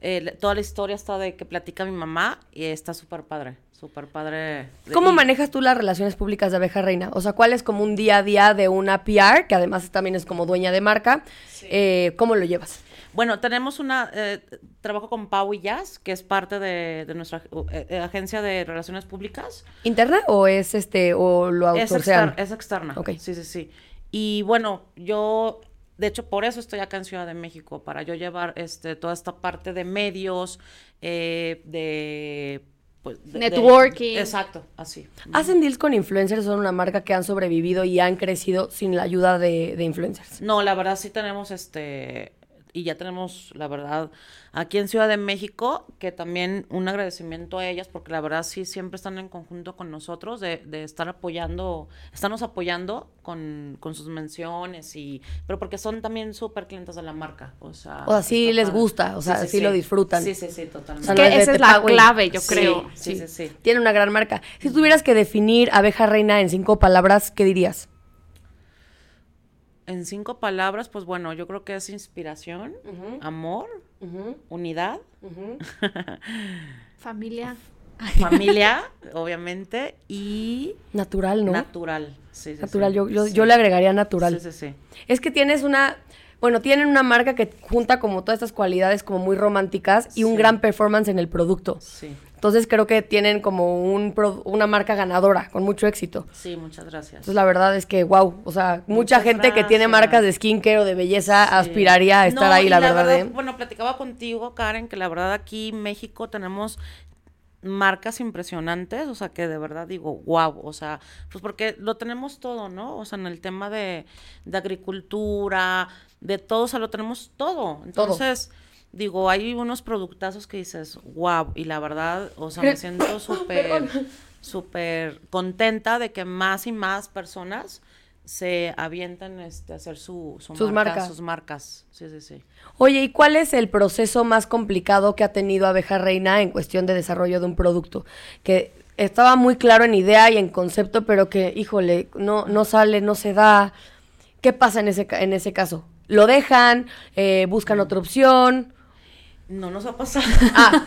S2: eh, le- toda la historia está de que platica mi mamá y está súper padre, súper padre.
S1: ¿Cómo
S2: Y-
S1: manejas tú las relaciones públicas de Abeja Reina? O sea, ¿cuál es como un día a día de una PR, que además también es como dueña de marca? Eh, ¿Cómo lo llevas?
S2: Bueno, tenemos una, eh, trabajo con Pau y Jazz, que es parte de, de nuestra eh, eh, agencia de relaciones públicas.
S1: ¿Interna o es este, o lo
S2: Es,
S1: outsourcean?
S2: exter- es externa.
S1: Ok.
S2: Sí, sí, sí. Y bueno, yo, de hecho, por eso estoy acá en Ciudad de México, para yo llevar este, toda esta parte de medios, eh, de, pues, de- de-
S3: Networking.
S2: exacto, así.
S1: ¿Hacen deals con influencers? Son una marca que han sobrevivido y han crecido sin la ayuda de, de influencers.
S2: No, la verdad sí tenemos este y ya tenemos la verdad aquí en Ciudad de México que también un agradecimiento a ellas porque la verdad sí siempre están en conjunto con nosotros de, de estar apoyando, estarnos apoyando con, con sus menciones y pero porque son también súper clientes de la marca, o sea,
S1: O sea, sí
S2: está
S1: les
S2: padre.
S1: gusta, o sea, sí lo disfrutan.
S2: Sí, sí, sí,
S1: O sea,
S2: totalmente.
S1: no
S3: que
S1: es de
S3: esa
S1: te
S3: es la
S1: pago y-
S3: clave, yo
S2: Sí,
S3: creo.
S2: Sí, sí, sí.
S1: Tiene una gran marca. Si tuvieras que definir Abeja Reina en cinco palabras, ¿qué dirías?
S2: En cinco palabras, pues bueno, yo creo que es inspiración, amor, unidad,
S3: Familia.
S1: [laughs]
S2: familia, obviamente, y
S1: Natural, ¿no?
S2: natural. Sí, sí, sí.
S1: natural, yo, yo,
S2: Sí.
S1: yo le agregaría natural.
S2: Sí, sí, sí.
S1: Es que tienes una. Bueno, tienen una marca que junta como todas estas cualidades como muy románticas y un
S2: Sí.
S1: gran performance en el producto.
S2: Sí.
S1: Entonces creo que tienen como un pro- una marca ganadora con mucho éxito.
S2: Sí, muchas gracias.
S1: Entonces la verdad es que, wow, o sea, mucha
S2: Muchas
S1: gente que tiene
S2: gracias.
S1: marcas de skincare o de belleza
S2: Sí.
S1: aspiraría a estar
S2: No,
S1: ahí,
S2: y
S1: la, verdad. ¿eh?
S2: Bueno, platicaba contigo, Karen, que la verdad aquí en México tenemos marcas impresionantes, o sea, que de verdad digo, wow, o sea, pues porque lo tenemos todo, ¿no? O sea, en el tema de, de agricultura, de todo, o sea, lo tenemos todo. Entonces, digo, hay unos productazos que dices, wow, y la verdad, o sea,
S1: [laughs]
S2: me siento súper, súper contenta de que más y más personas se avientan este, a hacer su, su
S1: Sus
S2: marca,
S1: marcas.
S2: sus marcas. Sí, sí, sí.
S1: Oye, ¿y cuál es el proceso más complicado que ha tenido Abeja Reina en cuestión de desarrollo de un producto? Que estaba muy claro en idea y en concepto, pero que, híjole, no, no sale, no se da. ¿Qué pasa en ese, ca- en ese caso? ¿Lo dejan? Eh, ¿Buscan otra opción?
S2: No nos ha pasado.
S1: Ah.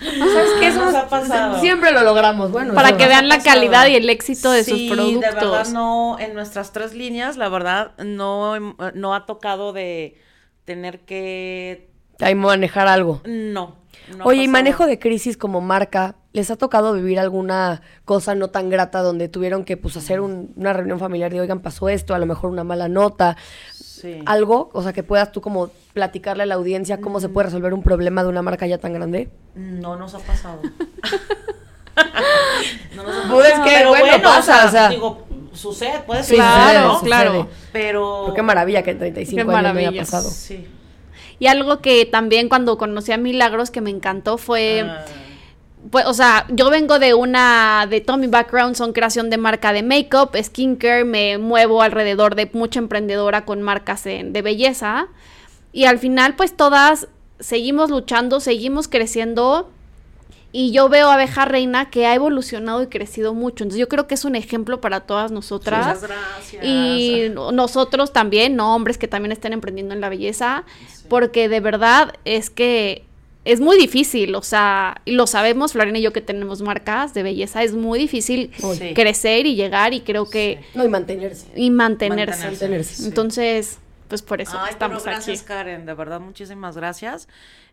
S1: ¿Sabes qué?
S2: No nos ha pasado.
S1: siempre lo logramos. Bueno,
S3: Para
S1: eso
S3: que
S1: no.
S3: vean la
S2: pasado.
S3: calidad y el éxito de
S2: Sí,
S3: sus productos.
S2: De verdad, no, en nuestras tres líneas, la verdad, no, hem- no ha tocado de tener que.
S1: Hay que manejar algo.
S2: No. no ha
S1: Oye, y
S2: pasado.
S1: manejo de crisis como marca, ¿les ha tocado vivir alguna cosa no tan grata donde tuvieron que pues hacer
S2: Mm.
S1: un- una reunión familiar de, oigan, pasó esto, a lo mejor una mala nota,
S2: Sí.
S1: algo? O sea, que puedas tú como platicarle a la audiencia cómo se
S2: Mm.
S1: puede resolver un problema de una marca ya tan grande.
S2: No nos
S1: [laughs]
S2: ha pasado. no nos ha pasado.
S1: Pues es que,
S2: Pero
S1: bueno, pasa, o sea.
S2: Digo, sucede, puede
S1: Sí,
S2: ser.
S1: sucede,
S3: claro,
S1: sucede.
S3: claro.
S2: Pero.
S1: Pero qué maravilla que en 35
S3: Qué
S1: años no haya
S3: maravilla.
S1: pasado.
S2: Sí.
S3: Y algo que también cuando conocí a Milagros que me encantó
S1: Eh,
S3: fue.
S2: Ah,
S3: pues, o sea, yo vengo de una, de todo mi background son creación de marca de makeup, skincare, me muevo alrededor de mucha emprendedora con marcas en- de belleza. Y al final, pues todas seguimos luchando, seguimos creciendo. Y yo veo a Abeja Reina que ha evolucionado y crecido mucho. Entonces yo creo que es un ejemplo para todas nosotras.
S2: muchas gracias.
S3: Y no- nosotros también, no hombres que también estén emprendiendo en la belleza, porque de verdad es que es muy difícil, o sea, y lo sabemos, Florena y yo que tenemos marcas de belleza, es muy difícil
S2: Uy. Sí.
S3: crecer y llegar y creo que
S1: No, y mantenerse.
S3: y mantenerse.
S1: Mantenerse.
S2: sí.
S3: Entonces, pues por eso
S2: Ay, pero
S3: estamos
S2: gracias,
S3: aquí.
S2: Karen, de verdad, muchísimas gracias.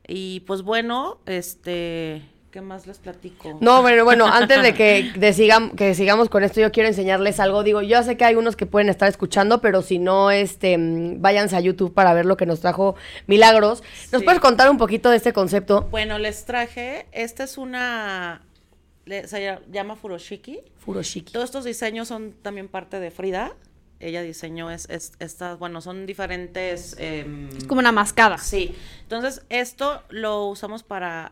S2: Y pues bueno, este, ¿qué más les platico?
S1: No, pero bueno, antes de que, de sigam- que sigamos con esto, yo quiero enseñarles algo. Digo, yo sé que hay unos que pueden estar escuchando, pero si no, este, mm, váyanse a YouTube para ver lo que nos trajo Milagros. ¿Nos
S2: Sí.
S1: puedes contar un poquito de este concepto?
S2: Bueno, les traje, esta es una, le- se llama Furoshiki.
S1: Furoshiki.
S2: Todos estos diseños son también parte de Frida. Ella diseñó es, es- estas, bueno, son diferentes... em,
S3: Es como una mascada.
S2: Sí, entonces esto lo usamos para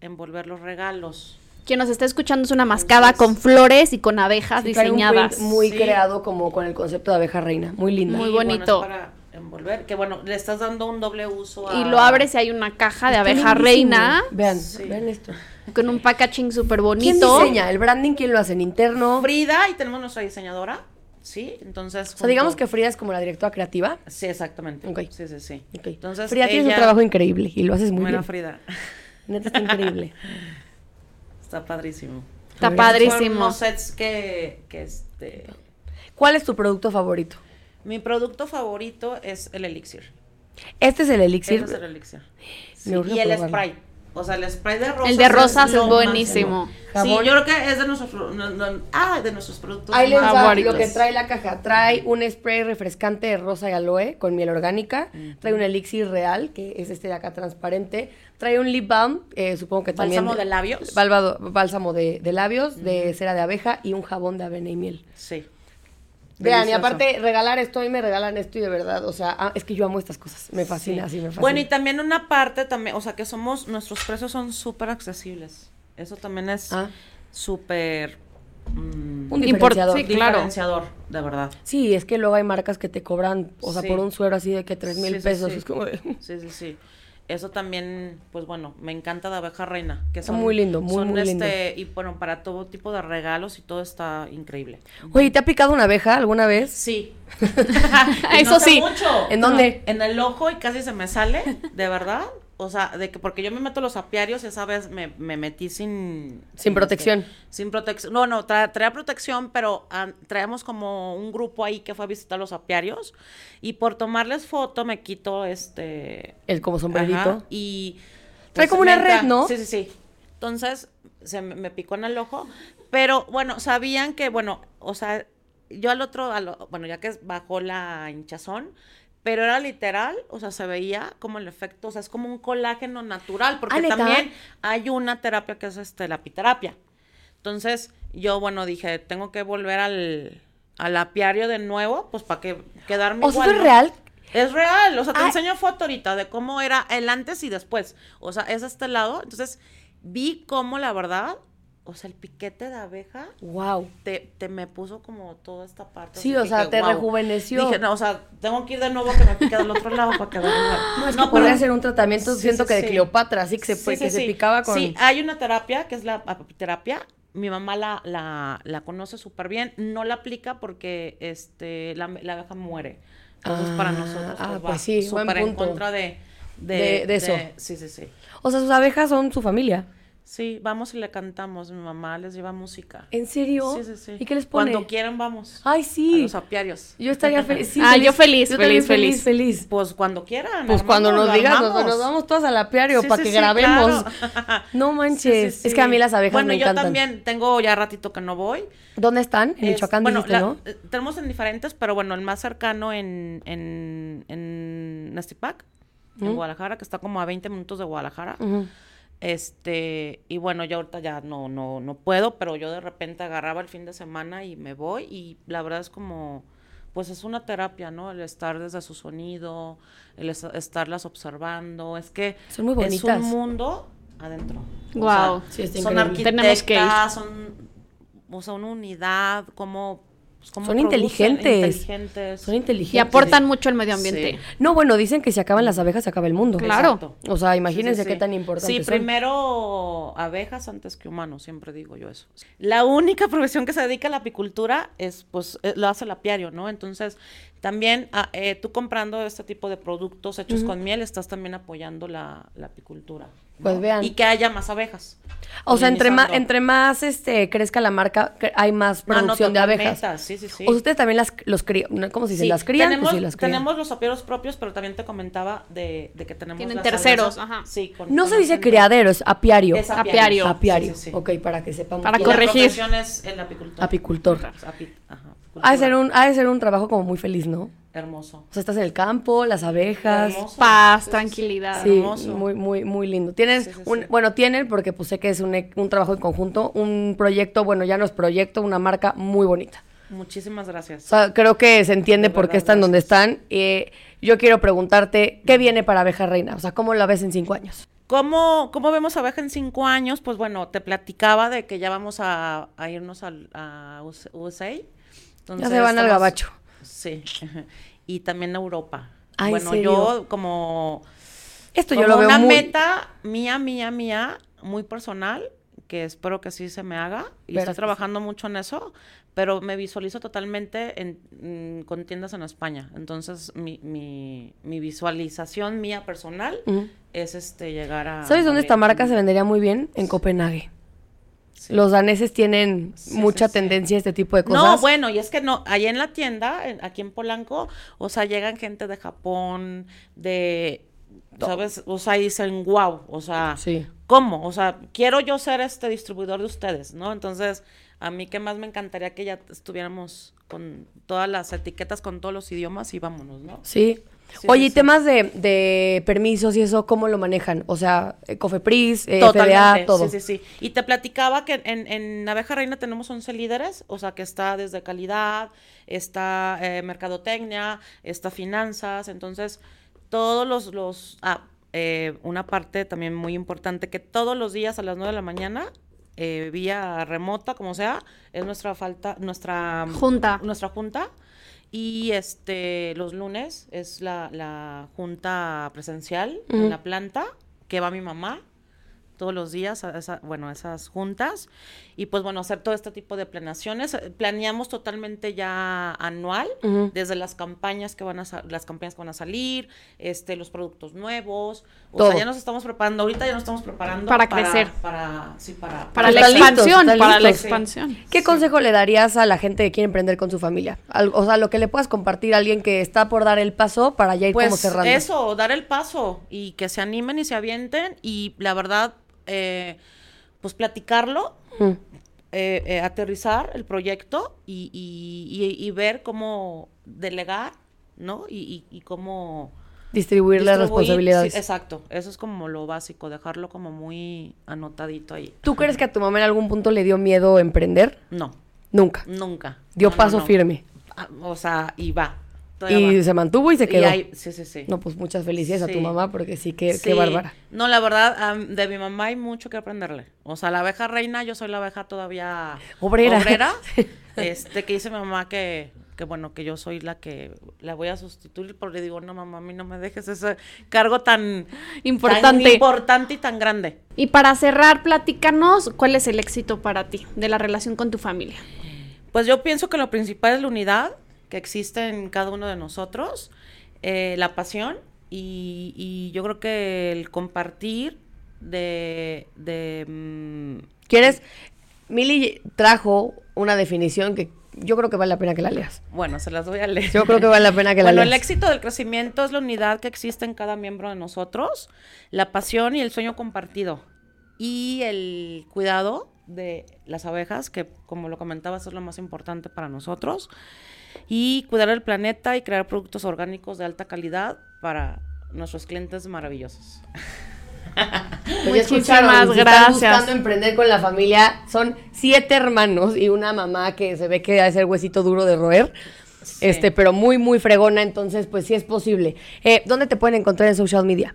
S2: envolver los regalos.
S3: Quien nos está escuchando es una mascada con flores y con abejas
S1: Sí, trae un
S3: diseñadas.
S1: print muy
S2: Sí.
S1: creado como con el concepto de abeja reina. Muy linda.
S3: Muy
S2: Y, bueno, es
S3: bonito.
S2: para envolver, que bueno, le estás dando un doble uso a...
S3: Y lo abres y hay una caja de
S1: Está
S3: abeja
S1: lindísimo.
S3: reina
S1: Vean,
S2: Sí.
S1: vean esto.
S3: con un packaging súper
S1: ¿Quién
S3: bonito.
S1: diseña? ¿El branding? ¿Quién lo hace? ¿En interno? O
S2: Frida y tenemos nuestra diseñadora, ¿sí? Entonces...
S1: sea, digamos que Frida es como la directora creativa.
S2: Sí, exactamente.
S1: Ok.
S2: Sí, sí, sí.
S1: Ok.
S2: Entonces,
S1: Frida tienes un
S2: ella-
S1: trabajo increíble y lo haces muy
S2: Mira,
S1: bien.
S2: Frida, [laughs]
S1: Neta, está increíble.
S2: está padrísimo.
S3: Está
S2: Son
S3: padrísimo.
S2: unos sets que, que este...
S1: ¿Cuál es tu producto favorito?
S2: Mi producto favorito es el elixir.
S1: Este es el elixir.
S2: Ese es el elixir. Sí,
S1: Me urge
S2: y el
S1: probarlo.
S2: spray. O sea, el spray de rosas.
S3: El de rosas es
S2: lo
S3: buenísimo.
S2: máximo.
S1: Jabón.
S2: Sí, yo creo que es de nuestros, pro- no, no, ah, de nuestros productos.
S1: Ahí les
S2: más-
S1: va
S3: favoritos.
S1: lo que trae la caja. Trae un spray refrescante de rosa y aloe con miel orgánica. Trae un elixir real, que es este de acá transparente. Trae un lip balm, eh, supongo que también.
S2: Bálsamo de labios.
S1: Bálvado- bálsamo de, de labios, de cera de abeja y un jabón de avena y miel.
S2: Sí.
S1: Vean, y
S2: Delicioso.
S1: aparte, regalar esto y me regalan esto y de verdad, o sea, ah, es que yo amo estas cosas. Me fascina, sí, me fascina.
S2: Bueno, y también una parte también, o sea, que somos, nuestros precios son súper accesibles. Eso también es
S1: Ah.
S2: súper mm,
S1: Un
S3: Import-
S1: diferenciador.
S3: sí, claro.
S2: diferenciador, de verdad.
S1: Sí, es que luego hay marcas que te cobran, o sea,
S2: Sí.
S1: por un suero así de que tres mil
S2: Sí, sí,
S1: pesos.
S2: sí.
S1: Es como de- [laughs]
S2: Sí, sí, sí. Eso también, pues bueno, me encanta de abeja reina. Que
S1: Está
S2: son,
S1: muy lindo, muy,
S2: son
S1: muy lindo.
S2: este, Y bueno, para todo tipo de regalos y todo está increíble.
S1: Oye, ¿te ha picado una abeja alguna vez?
S2: [laughs] Sí.
S3: Eso sí.
S1: ¿En dónde?
S2: En el ojo y casi se me sale, de verdad. O sea, de que porque yo me meto a los apiarios, esa vez me, me metí sin... este,
S1: protección.
S2: sin protección. No, no, tra- traía protección, pero ah, traemos como un grupo ahí que fue a visitar los apiarios. Y por tomarles foto me quito este...
S1: El como sombrerito.
S2: Ajá, y.
S1: Trae como una
S2: me entra-
S1: red, ¿no?
S2: Sí, sí, sí. Entonces, se me, me picó en el ojo, pero bueno, sabían que, bueno, o sea, yo al otro, al o- bueno, ya que bajó la hinchazón, pero era literal, o sea, se veía como el efecto, o sea, es como un colágeno natural, porque
S1: Ah, ¿neta?
S2: también hay una terapia que es este, la apiterapia. Entonces, yo, bueno, dije, tengo que volver al, al apiario de nuevo, pues para que quedarme
S1: O sea,
S2: igual,
S1: ¿eso es
S2: ¿no?
S1: real?
S2: Es real, o sea, te
S1: Ah.
S2: enseño foto ahorita de cómo era el antes y después. O sea, es este lado. Entonces, vi cómo la verdad, o sea, el piquete de abeja
S1: Wow.
S2: te, te me puso como toda esta parte.
S1: Sí,
S2: así
S1: o
S2: que
S1: sea,
S2: dije,
S1: te
S2: "Guau".
S1: rejuveneció.
S2: Dije, no, o sea, tengo que ir de nuevo que me pique del otro lado para quedar igual.
S1: No, Ah, es que
S2: No, pero-
S1: podría ser un tratamiento,
S2: Sí,
S1: siento
S2: sí,
S1: que de
S2: sí.
S1: Cleopatra, así que se, que se picaba con...
S2: Sí, ah. hay una terapia que es la terapia. Mi mamá la, la, la conoce súper bien. No la aplica porque este, la, la abeja muere. Entonces,
S1: Ah,
S2: para nosotros
S1: ah,
S2: pues, va
S1: pues sí, buen
S2: súper en
S1: punto.
S2: contra de, de,
S1: De- de eso.
S2: sí, sí, sí.
S1: O sea, sus abejas son su familia.
S2: Sí, vamos y le cantamos. Mi mamá les lleva música.
S1: ¿En serio?
S2: Sí, sí, sí.
S1: ¿Y qué les pone?
S2: Cuando quieran, vamos.
S1: Ay, sí.
S2: A los apiarios.
S1: Yo estaría fel- sí, feliz.
S3: Ah, yo feliz,
S1: también
S3: feliz, feliz.
S1: feliz.
S2: Pues cuando quieran.
S1: Pues cuando
S2: armamos,
S1: nos
S2: lo
S1: digas, nos,
S2: armamos.
S1: nos vamos todas al apiario
S2: Sí,
S1: para
S2: sí,
S1: que
S2: sí,
S1: grabemos. [laughs]
S2: claro.
S1: No manches.
S2: Sí, sí,
S1: Es que a
S2: sí.
S1: mí las abejas
S2: bueno,
S1: me encantan.
S2: yo también tengo ya ratito que no voy.
S1: ¿Dónde están? En
S2: Es-
S1: Michoacán
S2: bueno,
S1: dijiste,
S2: la-
S1: ¿no?
S2: eh, Tenemos en diferentes, pero bueno, el más cercano en, en, en Nastipac,
S1: ¿Mm?
S2: en Guadalajara, que está como a 20 minutos de Guadalajara.
S1: Ujú.
S2: Este, y bueno, yo ahorita ya no, no, no puedo, pero yo de repente agarraba el fin de semana y me voy. Y la verdad es como, pues es una terapia, ¿no? El estar desde su sonido, el es- estarlas observando. Es que
S1: Son muy
S2: es
S1: bonitas.
S2: un mundo adentro. O
S3: Guau.
S2: sea,
S1: Sí, está
S2: son
S1: increíble.
S3: Tenemos que ir.
S2: arquitectas, son, o sea, una unidad, como, pues, cómo
S1: Son
S2: producen,
S1: inteligentes.
S2: inteligentes.
S1: Son inteligentes.
S3: Y aportan mucho al medio ambiente.
S2: Sí.
S1: No, bueno, dicen que si acaban las abejas se acaba el mundo.
S3: Claro.
S2: Exacto.
S1: O sea, imagínense
S2: Sí, sí,
S1: qué
S2: sí.
S1: tan importante
S2: Sí, primero abejas antes que humanos, siempre digo yo eso. La única [laughs] profesión que se dedica a la apicultura es, pues, eh, lo hace el apiario, ¿no? Entonces, también ah, eh, tú comprando este tipo de productos hechos con miel, estás también apoyando la, la apicultura. ¿no?
S1: Pues vean.
S2: Y que haya más abejas.
S1: O sea, entre más,
S2: polinizando.
S1: entre más este, crezca la marca, cre- hay más
S2: Ah, no,
S1: producción de abejas.
S2: totalmente, Sí, sí, sí.
S1: O sea, ustedes también las, los crían, ¿no? ¿cómo se dice?
S2: Sí,
S1: ¿Las crían? Pues
S2: Tenemos,
S1: sí, las crían.
S2: tenemos los apiarios propios, pero también te comentaba de, de que tenemos
S3: Tienen
S2: las
S3: terceros,
S2: alianzas,
S3: ajá.
S2: Sí, con-
S1: No
S2: con
S1: se
S2: el
S1: dice
S2: centro.
S1: criadero, es apiario.
S2: Es
S3: apiario.
S2: apiario.
S1: Apiario.
S2: Sí, sí, sí.
S1: Ok, para que sepamos.
S3: Para
S1: Y
S2: Y
S1: la-
S3: corregir.
S2: La profesión es el apicultor.
S1: Apicultor.
S2: Api- ajá,
S1: Ha de, ser
S2: apicultura.
S1: un, ha de ser un trabajo como muy feliz, ¿no?
S2: Hermoso.
S1: O sea, estás en el campo, las abejas.
S2: Hermoso.
S3: Paz,
S2: Sí, sí, sí.
S3: tranquilidad.
S1: Sí,
S2: Hermoso.
S1: muy, muy, muy lindo. Tienen,
S2: Sí, sí,
S1: un,
S2: sí.
S1: bueno, tienen, porque pues sé que es un, e- un trabajo en conjunto, un proyecto, bueno, ya no es proyecto, una marca muy bonita.
S2: Muchísimas
S1: O
S2: gracias.
S1: sea, creo que se entiende
S2: De
S1: por qué
S2: verdad,
S1: están donde están. Eh, yo quiero preguntarte, ¿qué viene para Abeja Reina? O sea, ¿cómo la ves en cinco años?
S2: ¿Cómo, ¿Cómo vemos abeja en cinco años? Pues bueno, te platicaba de que ya vamos a, a irnos al- a, US- USA. Entonces,
S1: ya se van al
S2: estamos-
S1: gabacho.
S2: Sí. [laughs] Y también a Europa.
S1: Ah, ¿en
S2: bueno,
S1: serio?
S2: yo como
S1: Esto yo
S2: como
S1: lo veo
S2: una
S1: muy...
S2: meta mía, mía, mía, muy personal, que espero que sí se me haga.
S1: Verás que
S2: Y estoy
S1: sí.
S2: trabajando mucho en eso, pero me visualizo totalmente en, mm, con tiendas en España. Entonces, mi, mi, mi visualización mía personal
S1: Ujú.
S2: es este llegar a...
S1: ¿Sabes dónde esta
S2: abrir-
S1: marca se vendería muy bien? En Copenhague.
S2: Sí.
S1: Los daneses tienen
S2: Sí,
S1: mucha
S2: sí, sí.
S1: tendencia a este tipo de cosas.
S2: No, bueno, y es que no, ahí en la tienda, en- aquí en Polanco, o sea, llegan gente de Japón, de, ¿sabes? O sea, dicen, wow, o sea,
S1: Sí.
S2: ¿cómo? O sea, quiero yo ser este distribuidor de ustedes, ¿no? Entonces, a mí que más me encantaría que ya estuviéramos con todas las etiquetas, con todos los idiomas y vámonos, ¿no?
S1: Sí.
S2: Sí,
S1: Oye,
S2: sí,
S1: y
S2: sí.
S1: temas de, de permisos y eso, ¿cómo lo manejan? O sea, eh, Cofepris, eh,
S2: Totalmente,
S1: FDA, todo.
S2: Sí, sí, sí. Y te platicaba que en, en Abeja Reina tenemos 11 líderes, o sea, que está desde calidad, está eh, mercadotecnia, está finanzas, entonces todos los... los ah, eh, una parte también muy importante, que todos los días a las 9 de la mañana, eh, vía remota, como sea, es nuestra falta, nuestra...
S3: Junta.
S2: Nuestra junta. Y este, los lunes es la, la junta presencial en la planta, que va mi mamá todos los días, a esa- bueno, a esas juntas. Y pues bueno, hacer todo este tipo de planeaciones. Eh, Planeamos totalmente ya anual,
S1: Ujú.
S2: desde las campañas que van a sa- las campañas que van a salir, este, los productos nuevos. O
S1: Todo.
S2: sea, ya nos estamos preparando, ahorita ya nos estamos preparando
S3: Para crecer.
S2: Para, sí, para,
S3: Para la
S1: Están listos,
S3: expansión,
S1: están
S3: para la
S1: listos.
S3: expansión.
S1: ¿Qué consejo le darías a la gente que quiere emprender con su familia? Al- o sea, lo que le puedas compartir a alguien que está por dar el paso para ya ir
S2: Pues,
S1: como cerrando.
S2: Eso, dar el paso y que se animen y se avienten. Y la verdad, eh, pues platicarlo,
S1: Mm.
S2: eh, eh, aterrizar el proyecto y, y- y- y ver cómo delegar, ¿no? Y, y- y cómo...
S1: Distribuir las
S2: distribuir.
S1: responsabilidades.
S2: Sí, exacto, eso es como lo básico, dejarlo como muy anotadito ahí.
S1: ¿Tú crees que a tu mamá en algún punto le dio miedo emprender?
S2: No,
S1: Nunca.
S2: nunca.
S1: Dio
S2: No, no,
S1: paso
S2: no.
S1: firme.
S2: Ah, O sea, y va. todavía
S1: Y
S2: va.
S1: se mantuvo y se
S2: Y
S1: quedó.
S2: ahí- sí, sí, sí.
S1: No, pues muchas felicidades a tu
S2: Sí.
S1: mamá porque sí, que
S2: Sí.
S1: qué bárbara.
S2: No, la verdad, am, de mi mamá hay mucho que aprenderle. O sea, la abeja reina, yo soy la abeja todavía
S1: Obrera. [laughs]
S2: este, que dice mi mamá que, que, bueno, que yo soy la que la voy a sustituir, porque digo, no, mamá, a mí no me dejes ese cargo tan
S1: Importante.
S2: tan importante y tan grande.
S3: Y para cerrar, platícanos cuál es el éxito para ti de la relación con tu familia.
S2: Pues yo pienso que lo principal es la unidad que existe en cada uno de nosotros, eh, la pasión y, y yo creo que el compartir de... de mm,
S1: ¿Quieres? Mili trajo una definición que yo creo que vale la pena que la leas.
S2: Bueno, se las voy a leer.
S1: Yo creo que vale la pena que la
S2: Bueno, el
S1: leas.
S2: éxito del crecimiento es la unidad que existe en cada miembro de nosotros, la pasión y el sueño compartido y el cuidado de las abejas, que como lo comentabas es lo más importante para nosotros, y cuidar el planeta y crear productos orgánicos de alta calidad para nuestros clientes maravillosos.
S1: Pues ya
S3: Muchísimas
S1: escucharon, si Están
S3: gracias.
S1: buscando emprender con la familia. Son siete hermanos y una mamá que se ve que es el huesito duro de roer.
S2: Sí.
S1: Este, pero muy, muy fregona. Entonces, pues sí es posible. Eh, ¿Dónde te pueden encontrar en social media?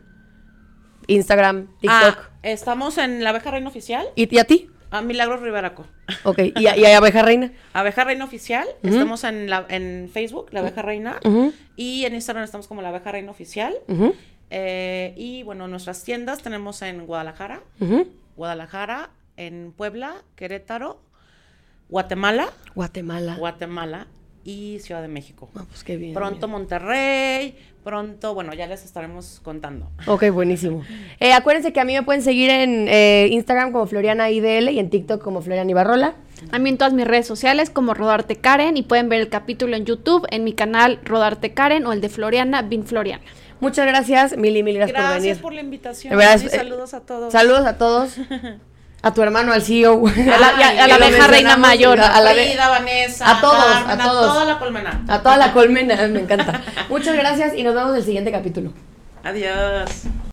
S1: Instagram, TikTok.
S2: Ah, estamos en la abeja reina oficial,
S1: ¿Y, y a ti?
S2: a Milagros Riveraco.
S1: Ok. ¿Y, a- y a Abeja Reina?
S2: Abeja Reina Oficial, estamos en, la, en Facebook, La Abeja Reina,
S1: Ujú.
S2: y en Instagram estamos como La Abeja Reina Oficial.
S1: Ujú,
S2: Eh, y bueno, nuestras tiendas tenemos en Guadalajara,
S1: ujú.
S2: Guadalajara, en Puebla, Querétaro, Guatemala,
S1: Guatemala.
S2: Guatemala y Ciudad de México.
S1: No, pues qué bien.
S2: Pronto Monterrey, pronto, bueno, ya les estaremos contando.
S1: Ok, buenísimo. Eh, acuérdense que a mí me pueden seguir en eh, Instagram como Floriana IDL y en TikTok como Floriana Ibarrola.
S3: A mí en todas mis redes sociales como Rodarte Karen y pueden ver el capítulo en YouTube, en mi canal Rodarte Karen o el de Floriana Bin Floriana.
S1: Muchas gracias, Mili, mil gracias, por venir.
S2: Gracias por la invitación.
S1: De verdad,
S2: y
S1: es-
S2: saludos a todos.
S1: Saludos a todos. A tu hermano, al CEO. [laughs] A
S3: la- y
S1: que
S3: a- a la
S1: lo
S3: abeja
S1: mencionamos,
S3: reina mayor,
S1: A, la abe-
S2: Frida, Vanessa,
S1: a todos, a
S2: Carmen,
S1: todos.
S2: toda la colmena.
S1: a toda la colmena, me encanta. Muchas gracias y nos vemos en el siguiente capítulo.
S2: Adiós.